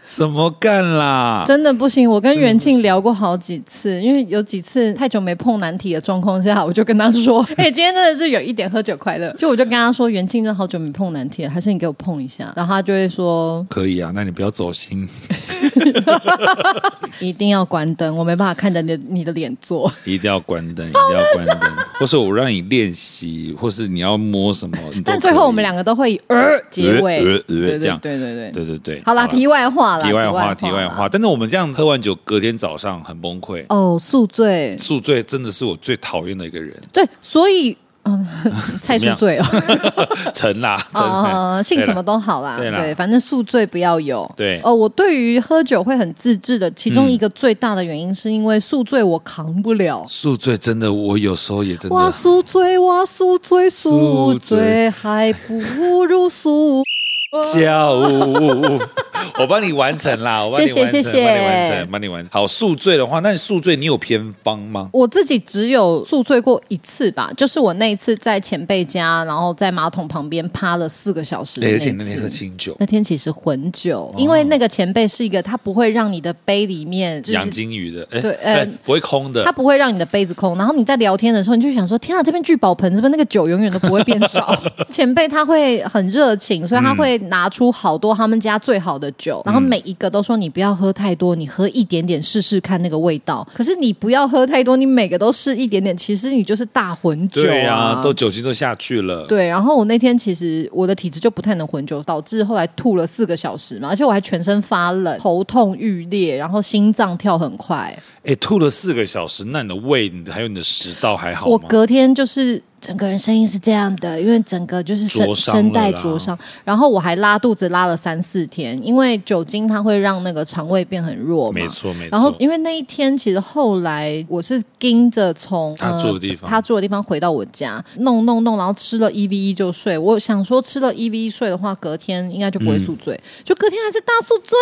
S1: 怎么干啦？
S2: 真的不行，我跟元庆聊过好几次，因为有几次太久没碰难题的状况下，我就跟他 说，哎、今天真的是有一点喝酒快乐，就我就跟他说，元庆真的好久没碰难题了，还是你给我碰一下，然后他就会说，
S1: 可以啊，那你不要走心，
S2: 一定要关灯，我没办法看着你的你的脸 做。
S1: 一定要关灯，一定要关 灯，或是我让你练习，或是你要摸什么，你都
S2: 但最后我们
S1: 可以
S2: 两个都会以呃结尾，
S1: 呃呃呃
S2: 对对
S1: 这
S2: 对
S1: 样
S2: 对对。
S1: 对对对，
S2: 好啦，
S1: 啦
S2: 题外话啦，
S1: 题外话，题外
S2: 啦。
S1: 话。但是我们这样喝完酒，隔天早上很崩溃。
S2: 哦，宿醉，
S1: 宿醉真的是我最讨厌的一个人，
S2: 对，所以 嗯，蔡宿醉哦，
S1: 陈啦，陈
S2: 啊，性什么
S1: 对啦
S2: 都好啦，
S1: 对啦
S2: 对，反正宿醉不要有。
S1: 对嗯
S2: 哦，我对于喝酒会很自制的，其中一个最大的原因是因为宿醉我扛不了。
S1: 宿醉真的，我有时候也真
S2: 哇，
S1: 的。
S2: 宿醉，哇，宿醉，宿
S1: 宿醉
S2: 醉，还不如宿。
S1: 叫，我帮你完成 啦，我帮你
S2: 谢谢
S1: 完成，
S2: 谢谢
S1: 帮你完成，帮你完成。好，宿醉的话，那你宿醉你有偏方吗？
S2: 我自己只有宿醉过一次吧，就是我那一次在前辈家，然后在马桶旁边趴了四个小时的
S1: 对，
S2: 一
S1: 哎而
S2: 次。
S1: 且那天喝清酒，哦
S2: 那天其实混酒，因为那个前辈是一个，他不会让你的杯里面就
S1: 养
S2: 是。
S1: 金鱼的，哎
S2: 对
S1: 哎
S2: 呃
S1: 不会空的
S2: 他，不会让你的杯子空，然后你在聊天的时候，你就想说：天啊，这边聚宝盆是不是那个酒永远都不会变 少？前辈他会很热情，所以他会拿出好多他们家最好的
S1: 嗯
S2: 酒，然后每一个都说你不要喝太多，你喝一点点试试看那个味道。可是你不要喝太多，你每个都试一点点，其实你就是大混酒啊
S1: 对呀，都酒精都下去了，
S2: 对，然后我那天其实我的体质就不太能混酒，导致后来吐了四个小时嘛，而且我还全身发冷、头痛欲裂，然后心脏跳很快。
S1: 哎，吐了四个小时，那你的胃，你的还有你的食道还好
S2: 我
S1: 吗？
S2: 隔天就是整个人声音是这样的，因为整个就是声
S1: 灼伤了
S2: 声带
S1: 啦
S2: 灼伤，然后我还拉肚子拉了三四天，因为酒精它会让那个肠胃变很弱嘛。
S1: 没错，没错。
S2: 然后，因为那一天其实后来我是盯着从
S1: 他住的地方
S2: 呃，他住的地方回到我家，弄弄弄，然后吃了 E V E 就睡。我想说吃了 E V E 睡的话，隔天应该就不会宿醉，
S1: 嗯
S2: 就隔天还是大宿醉。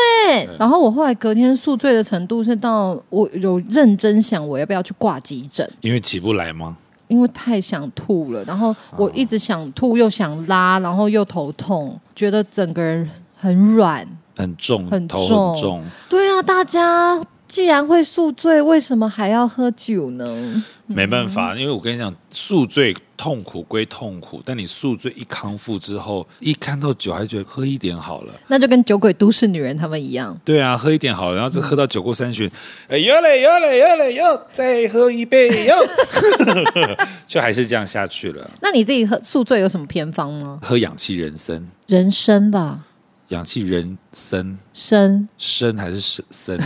S2: 然后我后来隔天宿醉的程度是到我有认真想我要不要去挂急诊，
S1: 因为起不来吗？
S2: 因为太想吐了，然后我一直想吐又想拉，然后又头痛，觉得整个人很软。
S1: 很重，
S2: 很
S1: 头
S2: 重
S1: 很重。
S2: 对啊，大家既然会宿醉，为什么还要喝酒呢？
S1: 没办法，因为我跟你讲，宿醉痛苦归痛苦，但你宿醉一康复之后，一看到酒还觉得喝一点好了。
S2: 那就跟酒鬼、都市女人他们一样。
S1: 对啊，喝一点好了，然后就喝到酒过三巡， 哎呦嘞呦嘞呦嘞呦，再喝一杯呦， 就还是这样下去了。
S2: 那你自己喝宿醉有什么偏方吗？
S1: 喝氧气人参，
S2: 人参吧，
S1: 氧气人参，
S2: 参
S1: 参还是参参？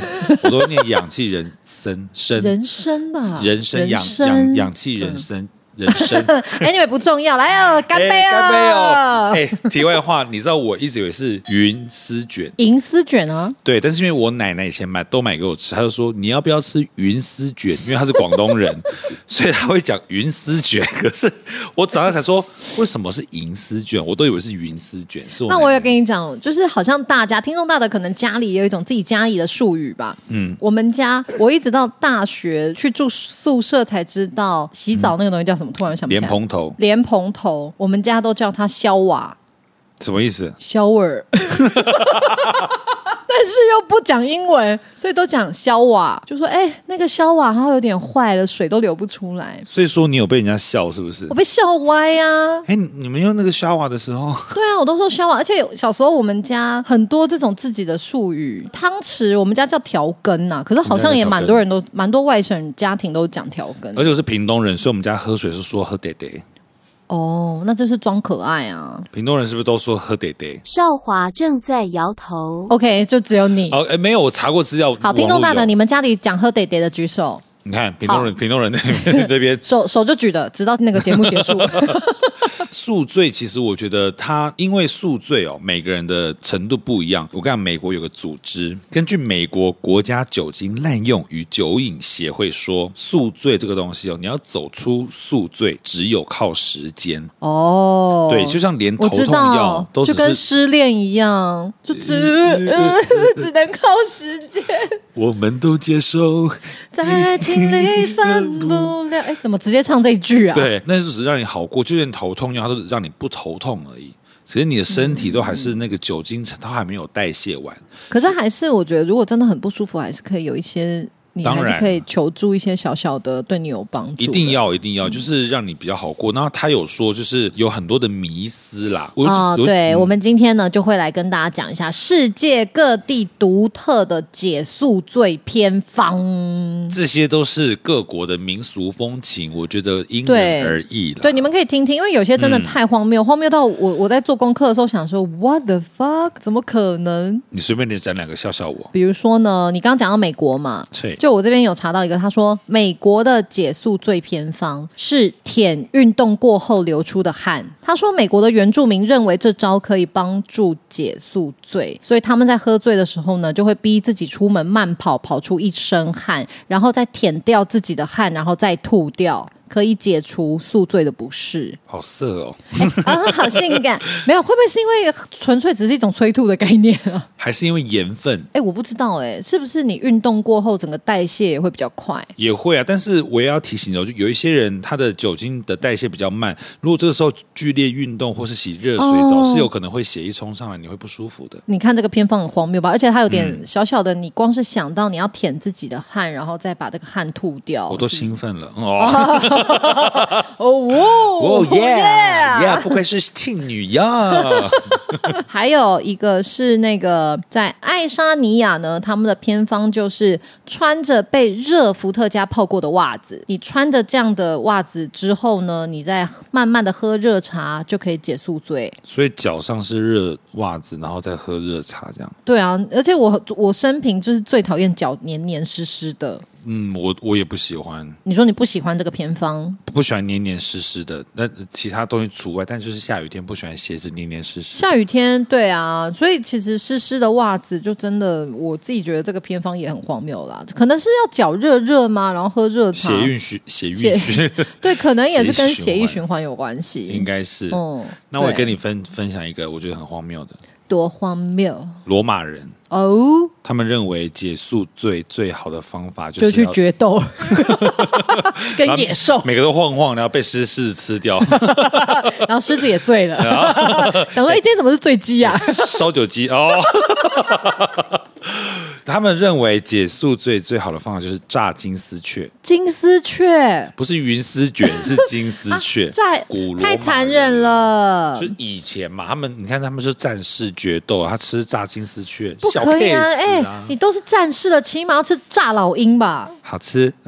S1: 我都念氧气人参，参啊
S2: 人参吧，
S1: 人参氧氧氧气人参，人参。
S2: Anyway，不重要，来哦，干杯
S1: 哎
S2: 哦，
S1: 干杯哦！哎、题外话，你知道我一直以为是云丝卷，
S2: 银丝卷啊，
S1: 对，但是因为我奶奶以前买都买给我吃，她就说你要不要吃云丝卷，因为她是广东 人，所以她会讲云丝卷。可是我早上才说为什么是银丝卷，我都以为是云丝卷，是我
S2: 那我
S1: 奶
S2: 也
S1: 奶
S2: 跟你讲，就是好像大家听众大的可能家里也有一种自己家里的术语吧。嗯，我们家我一直到大学去住宿舍才知道洗澡那个东西叫什么，突然想不起
S1: 莲
S2: 来。
S1: 蓬头
S2: 莲蓬头，我们家都叫它消瓦
S1: 什么意思？
S2: 消尔， 但是又不讲英文，所以都讲消瓦，就说哎、那个消瓦它有点坏了，水都流不出来。
S1: 所以说你有被人家笑是不是
S2: 我？被笑歪啊！
S1: 哎、你们用那个刷瓦的时候，
S2: 对啊，我都说消瓦，而且小时候我们家很多这种自己的术语，汤匙我们家叫调羹呐、可是好像也蛮多人都蛮多外省家庭都讲调羹
S1: 而。且我是屏东人，所以我们家喝水是说喝爹爹。
S2: 哦，那就是装可爱啊。
S1: 屏东人是不是都说喝爹爹？
S4: 少华正在摇头。
S2: OK，就只有你。
S1: 哦，哎，没有，我查过资料。
S2: 好，听众
S1: 网络
S2: 大
S1: 有
S2: 的，你们家里讲喝爹爹的举手。
S1: 你看屏东人，屏东人那边 那边
S2: 手手就举的，直到那个节目结 束。
S1: 宿醉，其实我觉得它因为宿醉哦，每个人的程度不一样。我看美国有个组织，根据美国国家酒精滥用与酒瘾协会说，宿醉这个东西哦，你要走出宿醉，只有靠时间。
S2: 哦，
S1: 对，就像连头
S2: 我知
S1: 痛药
S2: 道，
S1: 都
S2: 就
S1: 只
S2: 跟
S1: 是
S2: 失恋一样，就只、只能靠时间。
S1: 我们都接受，
S2: 在爱情里犯不了。哎，怎么直接唱这一句啊？，
S1: 对，那就只是让你好过，就连头痛药它都只让你不头痛而已。其实你的身体都还是那个酒精，它还没有代谢完。
S2: 可是还是我觉得，如果真的很不舒服，还是可以有一些，你
S1: 当
S2: 还是
S1: 然
S2: 可以求助一些小小的，对你有帮助的。嗯
S1: 一定要，一定要，就是让你比较好过。然后他有说，就是有很多的迷思啦。我
S2: 啊、
S1: 我
S2: 对，
S1: 嗯
S2: 我们今天呢就会来跟大家讲一下世界各地独特的解宿醉偏方。
S1: 这些都是各国的民俗风情，我觉得因
S2: 对
S1: 人而异啦。
S2: 对，你们可以听听，因为有些真的
S1: 嗯
S2: 太荒谬，荒谬到我我在做功课的时候想说，What the fuck？怎么可能？
S1: 你随便你讲两个笑笑我。
S2: 比如说呢，你刚刚讲到美国嘛，
S1: 对
S2: 就我这边有查到一个，他说美国的解宿醉偏方是舔运动过后流出的汗。他说美国的原住民认为这招可以帮助解宿醉，所以他们在喝醉的时候呢，就会逼自己出门慢跑，跑出一身汗，然后再舔掉自己的汗，然后再吐掉。可以解除宿醉的不适
S1: 好色哦，
S2: 啊，好性感！没有，会不会是因为纯粹只是一种催吐的概念啊？
S1: 还是因为盐分
S2: 哎、我不知道哎、是不是你运动过后整个代谢也会比较快？
S1: 也会啊，但是我也要提醒哦，就有一些人他的酒精的代谢比较慢，如果这个时候剧烈运动或是洗热水澡，
S2: 哦
S1: 是有可能会血液冲上来，你会不舒服的。
S2: 你看这个偏方很荒谬吧？而且它有
S1: 嗯
S2: 点小小的，你光是想到你要舔自己的汗，然后再把这个汗吐掉，
S1: 我都
S2: 是
S1: 兴奋了哦
S2: 哦哇
S1: 哦
S2: 哦
S1: 耶耶，
S2: 耶！
S1: 不愧是庆女呀！
S2: 还有一个是那个在爱沙尼亚呢，他们的偏方就是穿着被热伏特加泡过的袜子，你穿着这样的袜子之后呢，你再慢慢的喝热茶就可以解宿醉。
S1: 所以脚上是热袜子，然后再喝热茶这样。
S2: 对啊，而且我我生平就是最讨厌脚黏黏湿湿的。
S1: 嗯，我我也不喜欢，
S2: 你说你不喜欢这个偏方，
S1: 不喜欢黏黏湿湿的，但其他东西除外。但就是下雨天不喜欢鞋子黏黏湿湿。
S2: 下雨天对啊，所以其实湿湿的袜子就真的，我自己觉得这个偏方也很荒谬啦。可能是要脚热热吗？然后喝热茶
S1: 血，运循，血
S2: 血
S1: 运循，
S2: 对，可能也是跟
S1: 血
S2: 血
S1: 液
S2: 液
S1: 循环
S2: 循环有关系。
S1: 应该是。
S2: 嗯
S1: 那我也
S2: 对
S1: 跟你分分享一个我觉得很荒谬的，
S2: 多荒谬
S1: 罗马人
S2: 哦，
S1: 他们认为解宿醉最好的方法就
S2: 就是去
S1: 要
S2: 决斗， 跟
S1: 然后
S2: 野兽，
S1: 每个都晃晃，然后被狮狮子吃掉，
S2: 然后狮子也醉 了，想说哎、今天怎么是醉鸡啊？
S1: 烧酒鸡哦。 他们认为解宿醉最好的方法就是炸金丝雀，
S2: 金丝雀。。
S1: 不是云丝卷，是金丝雀
S2: 在
S1: 古罗马
S2: 太残忍。了
S1: 就，以前嘛，他们你看他们是战士决斗，他吃炸金丝雀，
S2: 不
S1: 小
S2: 可以
S1: case
S2: 啊！哎、
S1: 啊
S2: 你都是战士了，起码要吃炸老鹰吧？
S1: 好吃。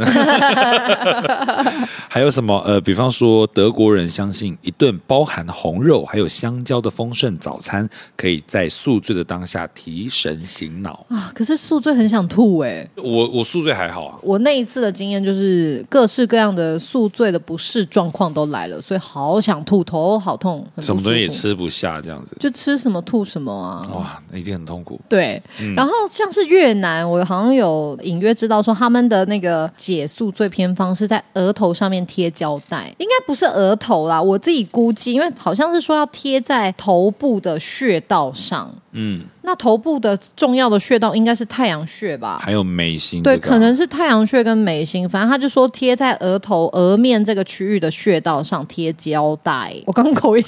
S1: 还有什么？呃，比方说德国人相信一顿包含红肉还有香蕉的丰盛早餐，可以在宿醉的当下提神醒脑。
S2: 啊，可是宿醉很想吐哎、
S1: 我我宿醉还好啊，
S2: 我那一次的经验就是各式各样的宿醉的不适状况都来了，所以好想吐，头好痛，很不
S1: 什么东西也
S2: 舒服，
S1: 吃嗯不下这样子，
S2: 就吃什么吐什么啊。
S1: 哇，那一定很痛苦。
S2: 对，然后像是越南，我好像有隐约知道说他们的那个解宿醉偏方是在额头上面贴胶带，应该不是额头啦，我自己估计，因为好像是说要贴在头部的穴道上。
S1: 嗯，
S2: 那头部的重要的穴道应该是太阳穴吧？
S1: 还有眉心、这
S2: 对，
S1: 个啊
S2: 可能是太阳穴跟眉心，反正他就说贴在额头、额面这个区域的穴道上贴胶带。我刚口音。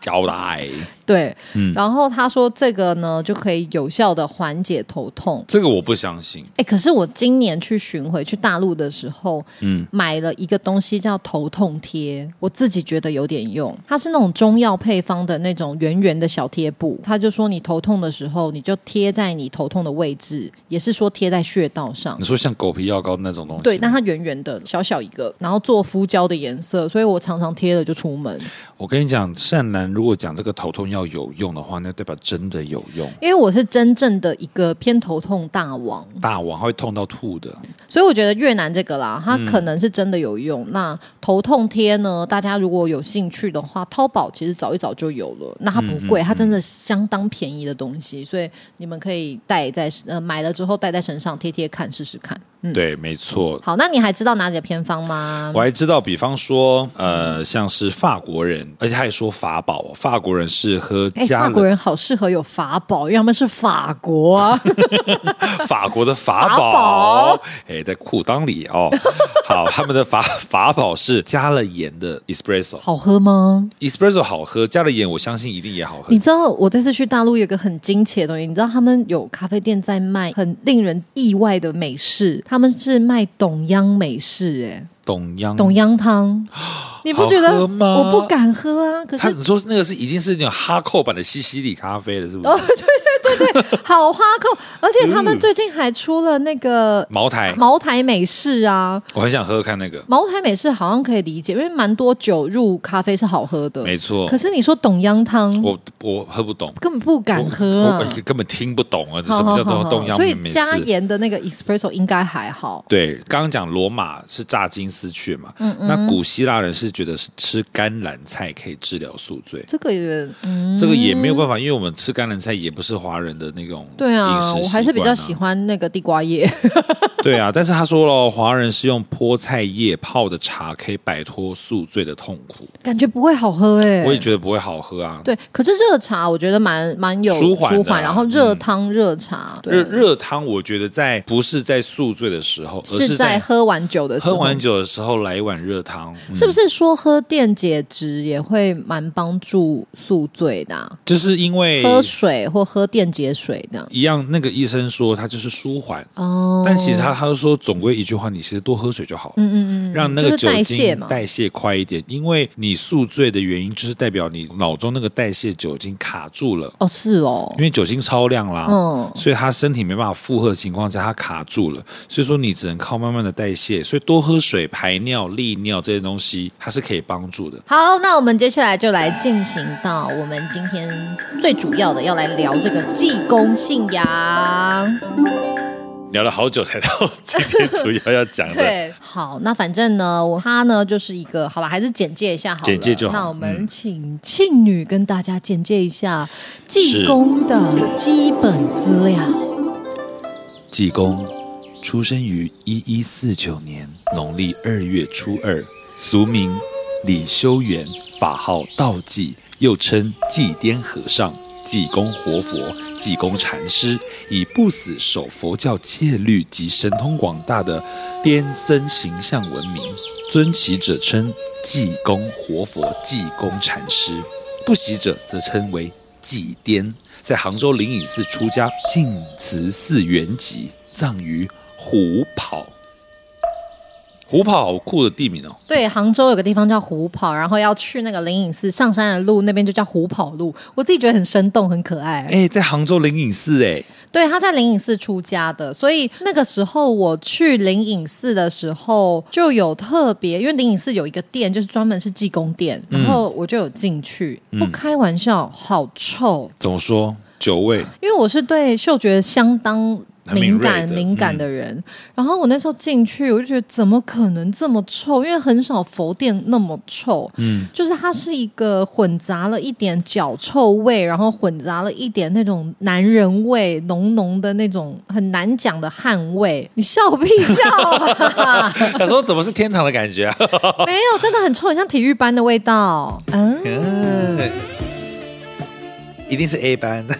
S1: 交代。
S2: 对，然后他说这个呢就可以有效的缓解头痛。
S1: 这个我不相信。
S2: 哎、可是我今年去巡回去大陆的时候，嗯，买了一个东西叫头痛贴，我自己觉得有点用。它是那种中药配方的那种圆圆的小贴布，他就说你头痛的时候，你就贴在你头痛的位置，也是说贴在穴道上
S1: 你。说像狗皮药膏那种东西，
S2: 对，但它圆圆的，小小一个，然后做敷胶的颜色，所以我常常贴了就出门。
S1: 我跟你讲，善男如果讲这个头痛药有用的话，那代表真的有用。
S2: 因为我是真正的一个偏头痛大王，
S1: 大王会痛到吐的，
S2: 所以我觉得越南这个啦，它
S1: 嗯
S2: 可能是真的有用。那头痛贴呢，大家如果有兴趣的话，淘宝其实找一找就有了。那它不
S1: 嗯
S2: 贵，它真的相当便宜的东西，所以你们可以带在呃买了之后带在身上贴贴看，试试看。嗯，
S1: 对，没错。
S2: 好，那你还知道哪里的偏方吗
S1: 我？还知道，比方说，呃，像是法国人，而且他还说法宝，哦法国人是喝
S2: 哎，
S1: 加
S2: 法
S1: 了
S2: 国人好适合有法宝，因为他们是法国 啊。
S1: 法国的法
S2: 法
S1: 宝
S2: 宝，
S1: 哎，在裤裆里哦。 好，他们的法法宝是加了盐的 espresso，espresso
S2: 好喝吗？
S1: 好喝，加了盐，我相信一定也好喝
S2: 你。知道我这次去大陆有个很惊奇的东西，你知道他们有咖啡店在卖很令人意外的美式，他们是卖董央美式、哎，
S1: 董央，
S2: 董 央汤，你不觉
S1: 嗯好
S2: 得？
S1: 喝吗
S2: 我不敢喝啊，可
S1: 他
S2: 是
S1: 你说那个是已经是那种哈扣版的西西里咖啡了，是
S2: 哦
S1: 不是？
S2: 好哈扣，而且他们最近还出了那个
S1: 茅台，
S2: 茅台美式啊，
S1: 我很想喝喝看那个，
S2: 茅台美式好像可以理解，因为蛮多酒入咖啡是好喝的，
S1: 没错
S2: 可。是你说董央汤，
S1: 我我喝不懂，
S2: 根本不敢喝、啊
S1: 我我根本听不懂啊，
S2: 好
S1: 什么
S2: 好
S1: 叫
S2: 好
S1: 做
S2: 好
S1: 东洋
S2: 所以
S1: 美式？
S2: 加盐的那个 espresso 应该还好。
S1: 对，刚刚讲罗马是炸金丝雀嘛，那古希腊人是觉得是吃甘蓝菜可以治疗宿醉，
S2: 这个也嗯，
S1: 这个也没有办法，因为我们吃甘蓝菜也不是华人的那种
S2: 对啊
S1: 饮食习惯，
S2: 我还是比较喜。欢那个地瓜叶。
S1: 对啊，但是他说了，华人是用菠菜叶泡的茶可以摆脱宿醉的痛苦，
S2: 感觉不会好喝哎、
S1: 我也觉得不会好喝啊。
S2: 对，可是热茶我觉得蛮蛮有
S1: 舒缓的啊
S2: 然后热汤、热茶，对
S1: 热热汤，我觉得在不是在宿醉的时候，而
S2: 是在
S1: 在
S2: 喝完酒的时候。
S1: 喝完酒的时候来一碗热汤，嗯
S2: 是不是说喝电解质也会蛮帮助宿醉的啊、
S1: 就是因为
S2: 喝水或喝电解水的
S1: 一样，那个医生说他就是舒缓。
S2: 哦。
S1: 但其实他他就说，总归一句话，你其实多喝水就好了，
S2: 嗯嗯嗯，
S1: 让那
S2: 就
S1: 个
S2: 是
S1: 酒
S2: 代谢
S1: 精
S2: 嘛
S1: 代谢快一点。因为你宿醉的原因，就是代表你脑中那个代谢酒精卡住了，
S2: 哦是哦
S1: 因，为酒精超量啦，
S2: 嗯
S1: 所以他身体没办法负荷的情况下，它卡住了，所以说你只能靠慢慢的代谢。所以多喝水、排尿、利尿这些东西，它是可以帮助的。
S2: 好，那我们接下来就来进行到我们今天最主要的，要来聊这个济公信仰。
S1: 聊了好久才到今天主要要讲的，
S2: 对，好，那反正呢，我他呢就是一个，好吧，还是简介一下好了。
S1: 简介就好
S2: 那我们请庆女跟大家简介一下济
S1: 是
S2: 公的基本资料。
S1: 济公出生于一一四九年农历二月初二，俗名李修缘，法号道济，又称济颠和尚、济公活佛、济公禅师，以不死守佛教戒律及神通广大的颠僧形象闻名，尊其者称济公活佛、济公禅师，不习者则称为济颠。在杭州灵隐寺出家，净慈寺原籍，葬于虎跑。虎跑好酷的地名哦！
S2: 对，杭州有个地方叫虎跑，然后要去那个灵隐寺上山的路，那边就叫虎跑路。我自己觉得很生动，很可爱。
S1: 哎，在杭州灵隐寺哎，
S2: 对，他在灵隐寺出家的，所以那个时候我去灵隐寺的时候，就有特别，因为灵隐寺有一个店，就是专门是济公店，然后我就有进去，不开玩笑，好臭，
S1: 怎么说？九位
S2: 因为我是对嗅觉相当。
S1: 很敏
S2: 敏
S1: 锐
S2: 感
S1: 的嗯
S2: 敏感的人，然后我那时候进去，我就觉得怎么可能这么臭？因为很少佛店那么臭，嗯，就是它是一个混杂了一点脚臭味，然后混杂了一点那种男人味，浓浓的那种很难讲的汗味。你笑屁笑 啊！
S1: 他说怎么是天堂的感觉啊？
S2: 没有，真的很臭，很像体育班的味道。嗯，
S1: 一定是 A 班。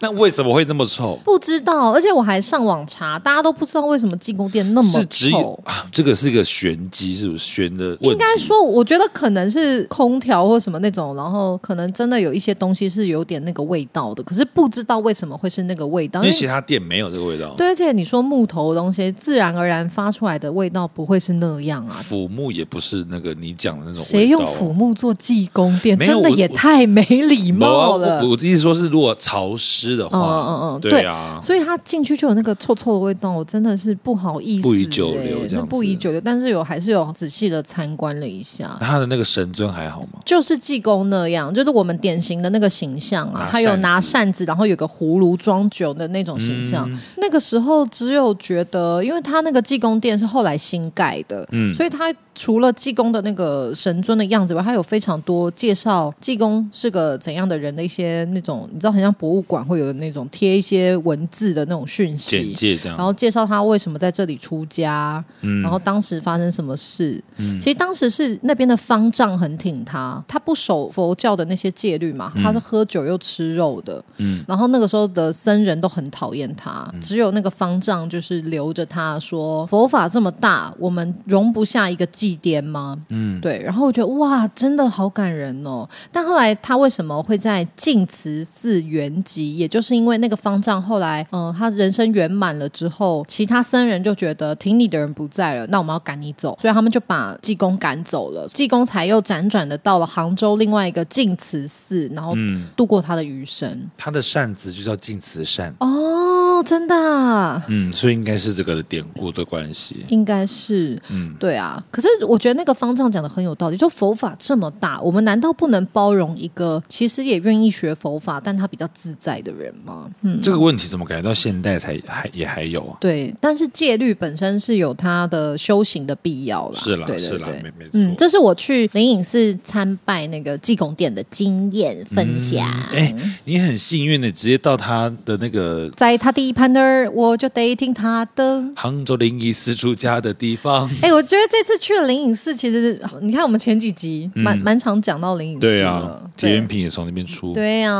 S1: 那为什么会那么臭？
S2: 不知道，而且我还上网查，大家都不知道为什么进宫殿那么
S1: 是只有
S2: 臭。
S1: 啊，这个是一个玄机，是不是玄的问
S2: 应
S1: 题？
S2: 该说，我觉得可能是空调或什么那种，然后可能真的有一些东西是有点那个味道的，可是不知道为什么会是那个味道。
S1: 因
S2: 因
S1: 为
S2: 为
S1: 其他店没有这个味道，
S2: 对，而且你说木头的东西，自然而然发出来的味道不会是那样啊。
S1: 腐木也不是那个你讲的那种味道啊。
S2: 谁用腐木做济公殿，
S1: 没有
S2: 真的
S1: 我
S2: 也太没礼
S1: 没有啊？
S2: 貌
S1: 我
S2: 了
S1: 我。我的意思说是，如果潮湿的话，
S2: 嗯嗯嗯，
S1: 对啊，
S2: 所以他进去就有那个臭臭的味道，我真的是不好意思、欸，
S1: 不宜久留这样子
S2: 是不宜久留。但是有还是有仔细的参观了一下，
S1: 那他的那个神尊还好吗？
S2: 就是济公那样，就是我们典型的那个形象啊
S1: 拿，
S2: 还有
S1: 扇子
S2: 拿扇子，然后有个葫芦装酒的那种形象。
S1: 嗯
S2: 那个时候只有觉得，因为他那个济公殿是后来新盖的，
S1: 嗯
S2: 所以他除了济公的那个神尊的样子外，他有非常多介绍济公是个怎样的人的一些那种，你知道，很像博物馆会有的那种贴一些文字的那种讯息，
S1: 简介这
S2: 然
S1: 样，
S2: 后介绍他为什么在这里出家，
S1: 嗯
S2: 然后当时发生什么事。其实当时是那边的方丈很挺他，他不守佛教的那些戒律嘛，他是喝酒又吃肉的。
S1: 嗯
S2: 然后那个时候的僧人都很讨厌他，只有那个方丈就是留着他说佛法这么大，我们容不下一个祭奠吗？
S1: 嗯，
S2: 对，然后我觉得哇，真的好感人哦。但后来他为什么会在净慈寺圆寂，也就是因为那个方丈后来，嗯、他人生圆满了之后，其他僧人就觉得挺你的人不在了，那我们要赶你走，所以他们就把济公赶走了。济公才又辗转的到了杭州另外一个净慈寺，然后
S1: 嗯
S2: 度过他的余生。
S1: 他的扇子就叫净慈扇，
S2: 哦，真的啊、
S1: 嗯，所以应该是这个的典故的关系。
S2: 应该是，
S1: 嗯
S2: 对啊，可是我觉得那个方丈讲的很有道理，就佛法这么大，我们难道不能包容一个其实也愿意学佛法，但他比较自在的人吗？嗯，
S1: 这个问题怎么感觉到现代才还也还有啊？
S2: 对。但是戒律本身是有它的修行的必要啦，
S1: 是啦
S2: 对对
S1: 是啦
S2: 对
S1: 没没错
S2: 嗯，这是我去灵隐寺参拜那个济公殿的经验分享。
S1: 哎，你很幸运的直接到他的那个
S2: 在他第一盘那儿，我就得听他的。
S1: 杭州临沂私出家的地方。
S2: 哎、我觉得这次去了灵隐寺，其实你看我们前几集蛮蛮、常讲到灵隐 寺
S1: 嗯对
S2: 的
S1: 啊，
S2: 对
S1: 结缘品也从那边出，
S2: 对呀、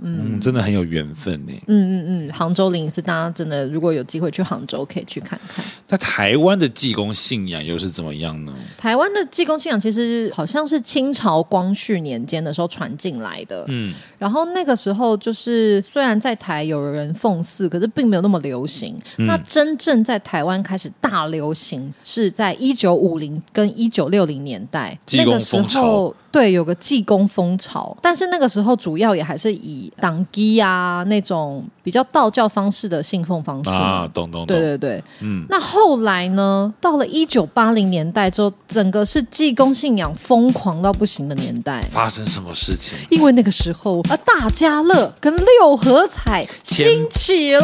S2: 嗯。
S1: 嗯，真的很有缘分呢。
S2: 嗯嗯嗯，杭州灵隐寺，大家真的如果有机会去杭州，可以去看看。
S1: 那台湾的济公信仰又是怎么样呢？
S2: 台湾的济公信仰其实好像是清朝光绪年间的时候传进来的，
S1: 嗯，
S2: 然后那个时候就是虽然在台有人奉祀，可是并没有那么流行。
S1: 嗯
S2: 那真正在台湾开始大流行是在一九五零跟一九六零年代，
S1: 济
S2: 那
S1: 公
S2: 个时
S1: 风潮
S2: 候对有个济公风潮，但是那个时候主要也还是以党基啊那种比较道教方式的信奉方式嘛
S1: 啊，懂懂
S2: 对
S1: 懂，
S2: 对对，
S1: 嗯
S2: 那后来呢？到了一九八零年代之后，整个是济公信仰疯狂到不行的年代。
S1: 发生什么事情？
S2: 因为那个时候啊，大家乐跟六合彩
S1: 前
S2: 兴起了，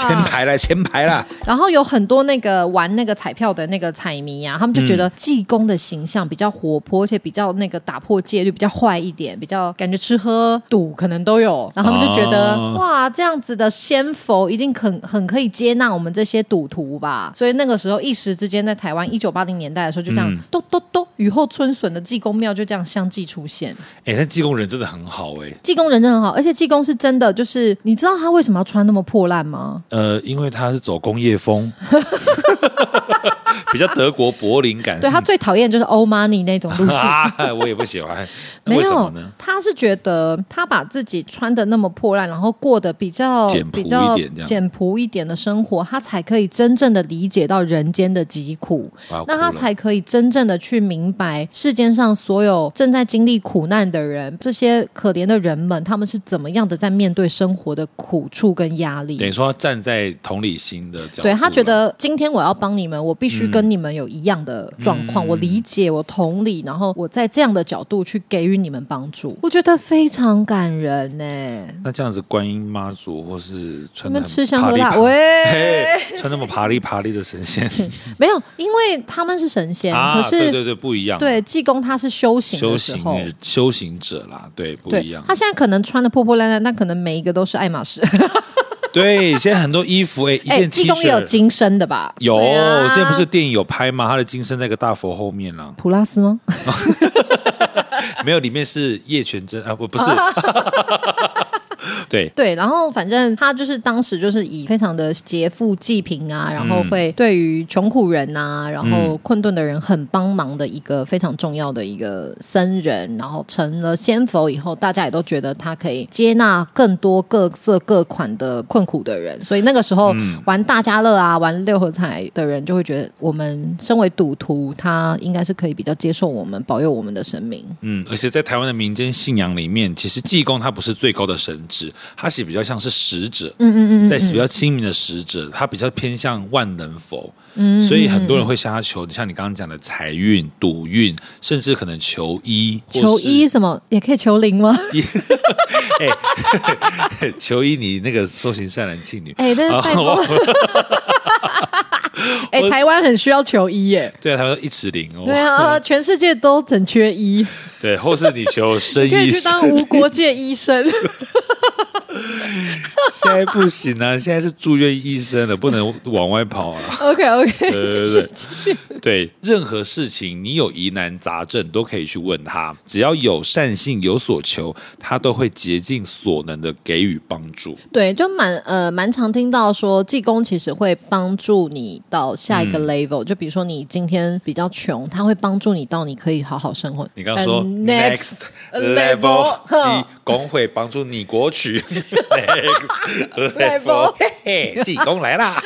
S1: 前排了，前排了，
S2: 然后有很多那个玩那个彩票的那个彩迷啊，他们就觉得济公的形象比较活泼，而且比较那个打破戒律，比较坏一点，比较感觉吃喝赌可能都有。然后他们就觉得、
S1: 啊
S2: 哇，这样子的仙佛一定很很可以接纳我们这些赌徒吧。所以那个时候一时之间，在台湾一九八零年代的时候，就这样、咚咚咚，雨后春笋的济公庙就这样相继出现。
S1: 哎，但济公人真的很好哎，
S2: 济公人真的很好，而且济公是真的，就是你知道他为什么要穿那么破烂吗？
S1: 呃，因为他是走工业风， 比较德国柏林感。
S2: 对他最讨厌就是欧 money 那种路 线。
S1: 啊，我也不喜 欢。那
S2: 没
S1: 为什么
S2: 有
S1: 呢？，
S2: 他是觉得他把自己穿的那么破烂，然后过得比较
S1: 简朴一
S2: 比较
S1: 点这样
S2: 简朴一点的生活，他才可以真正的理解到人间的疾苦，
S1: 我要哭
S2: 那他
S1: 了
S2: 才可以真正的去明白世间上所有正在经历苦难的人，这些可怜的人们，他们是怎么样的在面对生活的苦处跟压力。
S1: 等于说他站在同理心的角度
S2: 对
S1: 了，嗯
S2: 他觉得今天我要帮你们，我必须跟你们有一样的状况，我理解，我同理，然后我在这样的角度去给予你们帮助，我觉得非常感人呢、
S1: 那这样子，观音妈祖或是
S2: 你
S1: 穿
S2: 们
S1: 的
S2: 吃香喝辣， 喂，
S1: 穿那么爬哩爬哩的神 仙
S2: 没有，因为他们是神仙，
S1: 啊，
S2: 可是
S1: 对对对，不一样，
S2: 对济公他是修行
S1: 修
S2: 的时
S1: 行
S2: 候。
S1: 修行者啦，对，不一
S2: 对
S1: 样，
S2: 他。现在可能穿的破破烂烂，但可能每一个都是爱马仕。
S1: 对，现在很多衣服，哎，一
S2: 哎，
S1: 件 T
S2: 济公也有
S1: 恤。
S2: 金身的吧？
S1: 有，
S2: 对啊
S1: 现在不是电影有拍吗？他的金身在一个大佛后 面啦，
S2: 普拉斯吗？
S1: 没有，里面是叶全真啊，不不是，对，
S2: 对，然后反正他就是当时就是以非常的劫富济贫啊，然
S1: 嗯
S2: 后会对于穷苦人啊，然后困顿的人很帮忙的一个非常重要的一个僧人，然后成了仙佛以后，大家也都觉得他可以接纳更多各色各款的困苦的人，所以那个时候
S1: 嗯
S2: 玩大家乐啊，玩六合彩的人就会觉得，我们身为赌徒，他应该是可以比较接受我们保佑我们的神明。
S1: 嗯，而且在台湾的民间信仰里面，其实济公他不是最高的神职，他是比较像是使者，嗯嗯嗯，在比较亲民的使者，他比较偏向万能佛，嗯，所以很多人会向他求，像你刚刚讲的财运、赌运，甚至可能求医，或
S2: 求
S1: 是
S2: 医什么也可以求灵吗？
S1: 求医，你那个收行善男信女，
S2: 哎但是
S1: 啊
S2: 拜托
S1: 我
S2: 哎、
S1: 我
S2: 台湾很需要求医耶。
S1: 对啊，他说一尺零哦，
S2: 对啊，全世界都很缺医，
S1: 对，或是你求生
S2: 可以
S1: 医
S2: 去
S1: 师，
S2: 当无国界 医生。
S1: 现在不行啊，现在是住院医生了，不能往外跑啊。
S2: OK OK，
S1: 对
S2: 继
S1: 对
S2: 续
S1: 对对，任何事情你有疑难杂症都可以去问他，只要有善性有所求，他都会竭尽所能的给予帮助。
S2: 对，就蛮呃蛮常听到说，济公其实会帮助你到下一个
S1: 嗯
S2: level、就比如说你今天比较穷，他会帮助你到你可以好好生活。
S1: 你刚刚说
S2: And next
S1: level
S2: 呵
S1: 即工会帮助你国 取 next level，
S2: level
S1: 嘿嘿，济公来 啦！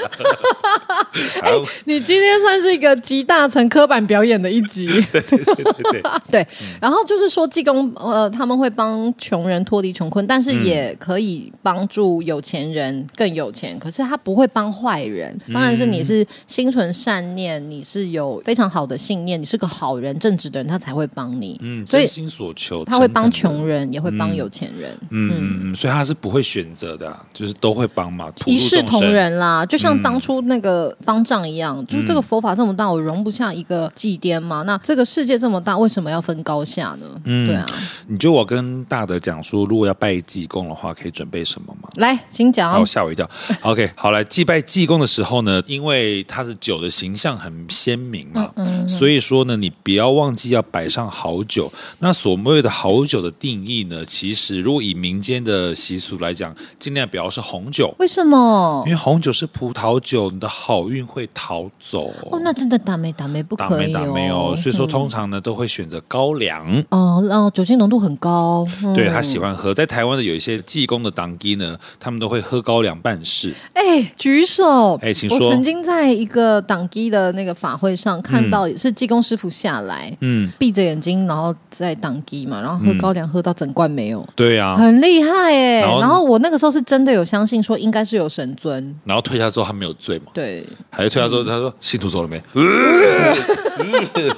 S1: 好，
S2: 你今天算是一个集大成刻板表演的一集。对对 对
S1: 对
S2: 然后就是说济公呃他们会帮穷人脱离穷困，但是也可以帮助有钱人更有钱。可是他不会帮坏人，
S1: 嗯
S2: 当然是你是心存善念，你是有非常好的信念，你是个好人正直的人，他才会帮你。
S1: 嗯，
S2: 所以
S1: 真心所求，
S2: 他
S1: 诚
S2: 会
S1: 恳
S2: 帮
S1: 地
S2: 穷人，也会帮有钱人。
S1: 嗯嗯嗯，所以他是不会选择的啊、就是都会帮嘛，普
S2: 一
S1: 度
S2: 视
S1: 众
S2: 同
S1: 生。
S2: 仁啦，就像当初那个方丈一
S1: 嗯
S2: 样，就是这个佛法这么大，我容不下一个祭奠嘛。那这个世界这么大，为什么要分高下呢？
S1: 嗯
S2: 对啊，
S1: 你觉得我跟大德讲说，如果要拜济公的话，可以准备什么吗？
S2: 来，请
S1: 然后
S2: 讲。
S1: 吓我一 跳。OK，好来祭拜济公的时候呢，因为他的酒的形象很鲜明嘛，
S2: 嗯
S1: 所以说呢，你不要忘记要摆上好酒。那所谓的好酒的定义呢，其实如果以民间的习俗来讲，尽量不要是红酒。
S2: 为什么
S1: 因？为红酒是葡萄酒，你的好运会逃走。
S2: 哦，那真的打没打没不
S1: 打
S2: 可
S1: 没
S2: 以
S1: 打没
S2: 哦
S1: 有，。所以说通常呢都会选择高粱。
S2: 哦，然后酒精浓度很高。嗯
S1: 对他喜欢喝，在台湾的有一些济公的党基呢，他们都会喝高粱办事。
S2: 哎，举手。
S1: 哎请说
S2: 我曾经在一个党基的那个法会上看到，是济公师傅下来，
S1: 嗯，
S2: 闭着眼睛，然后在党基嘛，然后喝高粱喝到整罐没有。
S1: 对啊。
S2: 很厉害哎、
S1: 然后
S2: 然后我那个时候是真的有相信说应该是有神尊，
S1: 然后退下之后他没有醉嘛，
S2: 对，
S1: 还是退下之后他说信徒走了没？呃呃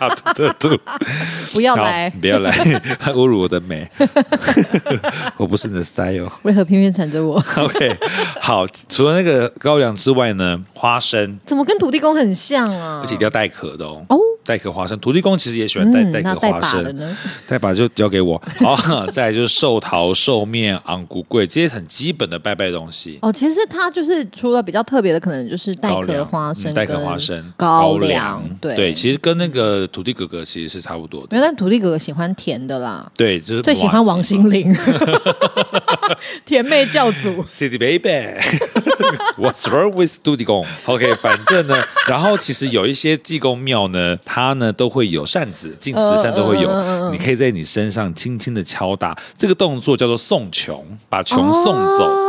S1: 大吐特吐，
S2: 不 要
S1: 好
S2: 来，
S1: 不要来，他侮辱我的美， 我不是你的 style。
S2: 为何偏偏缠着我？
S1: OK，好，除了那个高粱之外呢，花生，
S2: 怎么跟土地公很像啊？
S1: 而且一定要带壳的哦。
S2: 哦，
S1: 带壳花生，土地公其实也喜欢带、带
S2: 嗯那
S1: 壳
S2: 带
S1: 花
S2: 把
S1: 生
S2: 的。呢？
S1: 再把就交给我。好， 再来就是寿桃、寿面、昂古贵，这些很基本的拜拜东西。
S2: 哦，其实它就是除了比较特别的，可能就是哦带
S1: 高
S2: 壳
S1: 粱
S2: 花生
S1: 嗯
S2: 跟、
S1: 带壳花生、
S2: 高粱
S1: 粱，，
S2: 对
S1: 其实跟那个土地哥哥其实是差不多的。
S2: 没有，但土地哥哥喜欢甜的啦，
S1: 对，就是
S2: 最喜欢王
S1: 心
S2: 心凌， 甜妹教主。
S1: City Baby，What's wrong with 土地公？OK，反正呢， 然后其实有一些济公庙呢，它呢都会有扇子，进慈善都
S2: 嗯
S1: 会有，你可以在你身上轻轻的敲打，这个动作叫做送穷，把 穷送走。
S2: 哦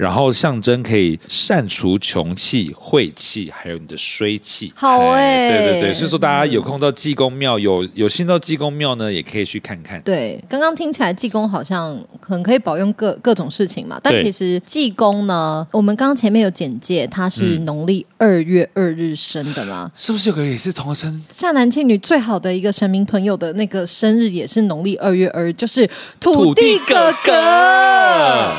S1: 然后象征可以善除穷气、晦气，还有你的衰气。哎
S2: 好欸
S1: 对对对，所以说大家有空到济公庙，有有信到济公庙呢，也可以去看看。
S2: 对，刚刚听起来济公好像很可以保佑各各种事情嘛，但
S1: 对
S2: 其实济公呢，我们刚刚前面有简介，他
S1: 嗯
S2: 是农历二月二日生 的啦。
S1: 是不是有个也是同生？
S2: 善男信女最好的一个神明朋友的那个生日也是农历二月二日，就是土地
S1: 土
S2: 哥
S1: 地哥哥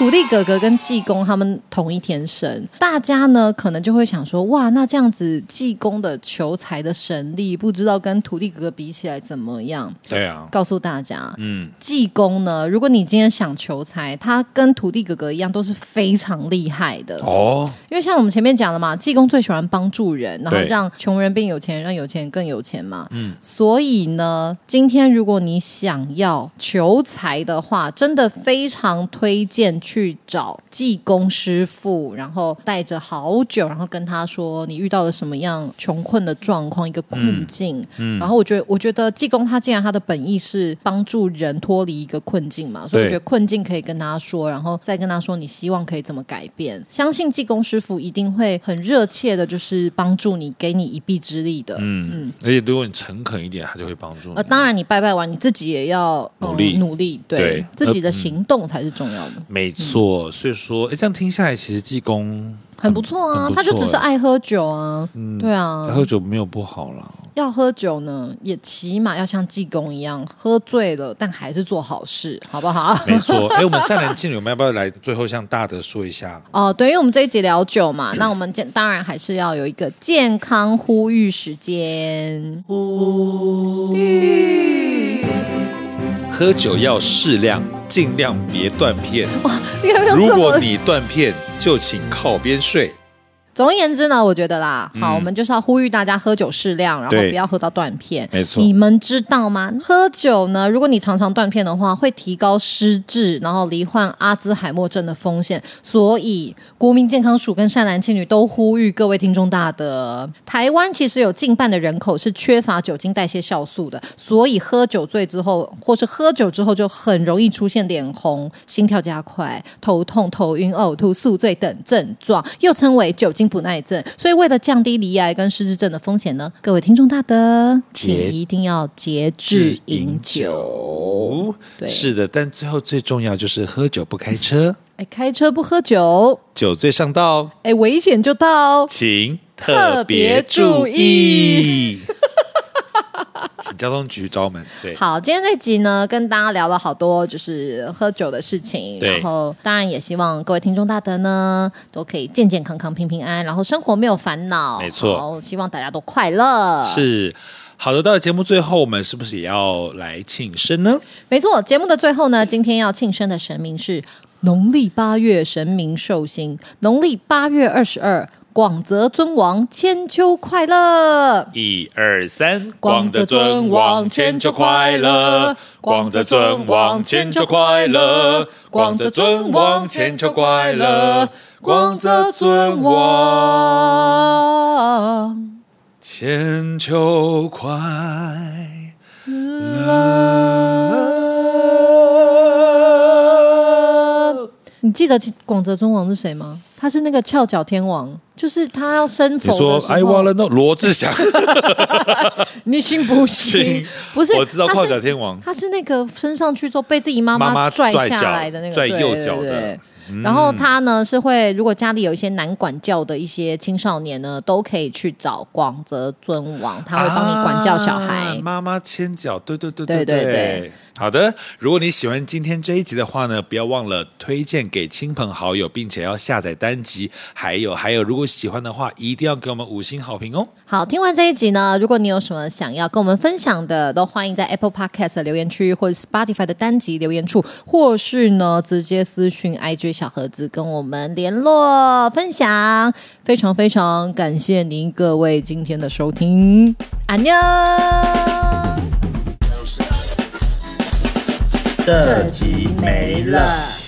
S2: 土地哥哥跟济公他们同一天生，大家呢可能就会想说，哇，那这样子济公的求财的神力，不知道跟土地哥哥比起来怎么样？
S1: 对啊，
S2: 告诉大家，
S1: 嗯，
S2: 济公呢，如果你今天想求财，他跟土地哥哥一样都是非常厉害的。
S1: 哦，
S2: 因为像我们前面讲的嘛，济公最喜欢帮助人，然后
S1: 对嗯
S2: 让穷人变有钱人，让有钱人更有钱嘛。所以呢，今天如果你想要求财的话，真的非常推荐去找济公师傅，然后带着好酒，然后跟他说你遇到了什么样穷困的状况，一个困境。
S1: 嗯
S2: 然后我觉得，我觉得济公他既然他的本意是帮助人脱离一个困境嘛，所以我
S1: 对
S2: 觉得困境可以跟他说，然后再跟他说你希望可以怎么改变。相信济公师傅一定会很热切的，就是帮助你，给你一臂之力的。
S1: 嗯，而且如果你诚恳一点，他就会帮助你
S2: 呃，。当然，你拜拜完，你自己也要、呃
S1: 努力
S2: 努力，对
S1: 对
S2: 自己的行动才是重要的。
S1: 没
S2: 嗯
S1: 错，所以说，哎，这样听下来，其实济公
S2: 很不错啊，
S1: 很不
S2: 他就只是
S1: 哎
S2: 爱喝酒啊，对啊，
S1: 喝酒没有不好 啦。
S2: 要喝酒呢，也起码要像济公一样，喝醉了但还是做好事，好不好？
S1: 没错，哎，我们善男信女，我们要不要来最后向大德说一下？
S2: 哦，对，因为我们这一集聊酒嘛，那我们健当然还是要有一个健康呼吁时间。嗯
S1: 喝酒要适量，尽量别断 片。
S2: 因为
S1: 如
S2: 这
S1: 果
S2: 么，
S1: 你断片，就请靠边睡。
S2: 总而言之呢，我觉得啦，好，我们就是要呼吁大家喝酒适量，然后
S1: 嗯对
S2: 不要喝到断片。
S1: 没错
S2: 你们知道吗？喝酒呢，如果你常常断片的话，会提高失智，然后罹患阿兹海默症的风险。所以，国民健康署跟善男信女都呼吁各位听众大德，台湾其实有近半的人口是缺乏酒精代谢酵素的，所以喝酒醉之后，或是喝酒之后就很容易出现脸红、心跳加快、头痛、头晕、呕吐、宿醉等症状，又称为酒精不耐症。所以，为了降低罹癌跟失智症的风险呢，各位听众大德，请
S1: 节
S2: 一定要节制饮酒。对
S1: 是的，但最后最重要就是喝酒不开车，
S2: 哎，开车不喝酒，
S1: 酒醉上道，
S2: 哎，危险就到。
S1: 请
S2: 特
S1: 特
S2: 别
S1: 别
S2: 注
S1: 注
S2: 意
S1: 意。 请交通局找我们。对，
S2: 好，今天这集呢，跟大家聊了好多就是喝酒的事情，
S1: 对
S2: 然后当然也希望各位听众大德呢都可以健健康康、平平安安，然后生活没有烦恼，
S1: 没错
S2: 好希望大家都快乐。，
S1: 是好的。到了节目最后，我们是不是也要来庆生呢？
S2: 没错。节目的最后呢，今天要庆生的神明是农历八月神明寿星，农历八月二十二，广泽尊王千秋快乐。
S1: 一二三，
S2: 广泽尊王千秋快乐，广泽尊王千秋快乐，广泽尊王千秋快乐，广泽尊王。
S1: 千秋快
S2: 你记得广泽尊王是谁吗？他是那个翘脚天王，就是他要生
S1: 你
S2: 佛
S1: 说
S2: 的时
S1: 哎，忘
S2: 候，
S1: 了那罗志祥
S2: 你信不信
S1: 信？
S2: 不是，
S1: 我知道
S2: 他是
S1: 翘脚天王
S2: 他是那个升上去之后被自己妈
S1: 妈妈
S2: 拽
S1: 拽
S2: 下
S1: 脚
S2: 来的那个，
S1: 拽
S2: 对
S1: 右脚
S2: 对
S1: 的嗯
S2: 对然后他呢是会，如果家里有一些难管教的一些青少年呢，都可以去找广泽尊王， 他会帮你管教小孩。
S1: 啊妈妈牵脚，对对对
S2: 对对
S1: 对
S2: 对
S1: 好的，如果你喜欢今天这一集的话呢，不要忘了推荐给亲朋好友，并且要下载单集。还有还有，如果喜欢的话，一定要给我们五星好评哦。
S2: 好，听完这一集呢，如果你有什么想要跟我们分享的，都欢迎在 Apple Podcast 的留言区，或者 Spotify 的单集留言处，或是呢直接私讯 IG 小盒子跟我们联络分享。非常非常感谢您各位今天的收听，安妞。
S5: 这集没了。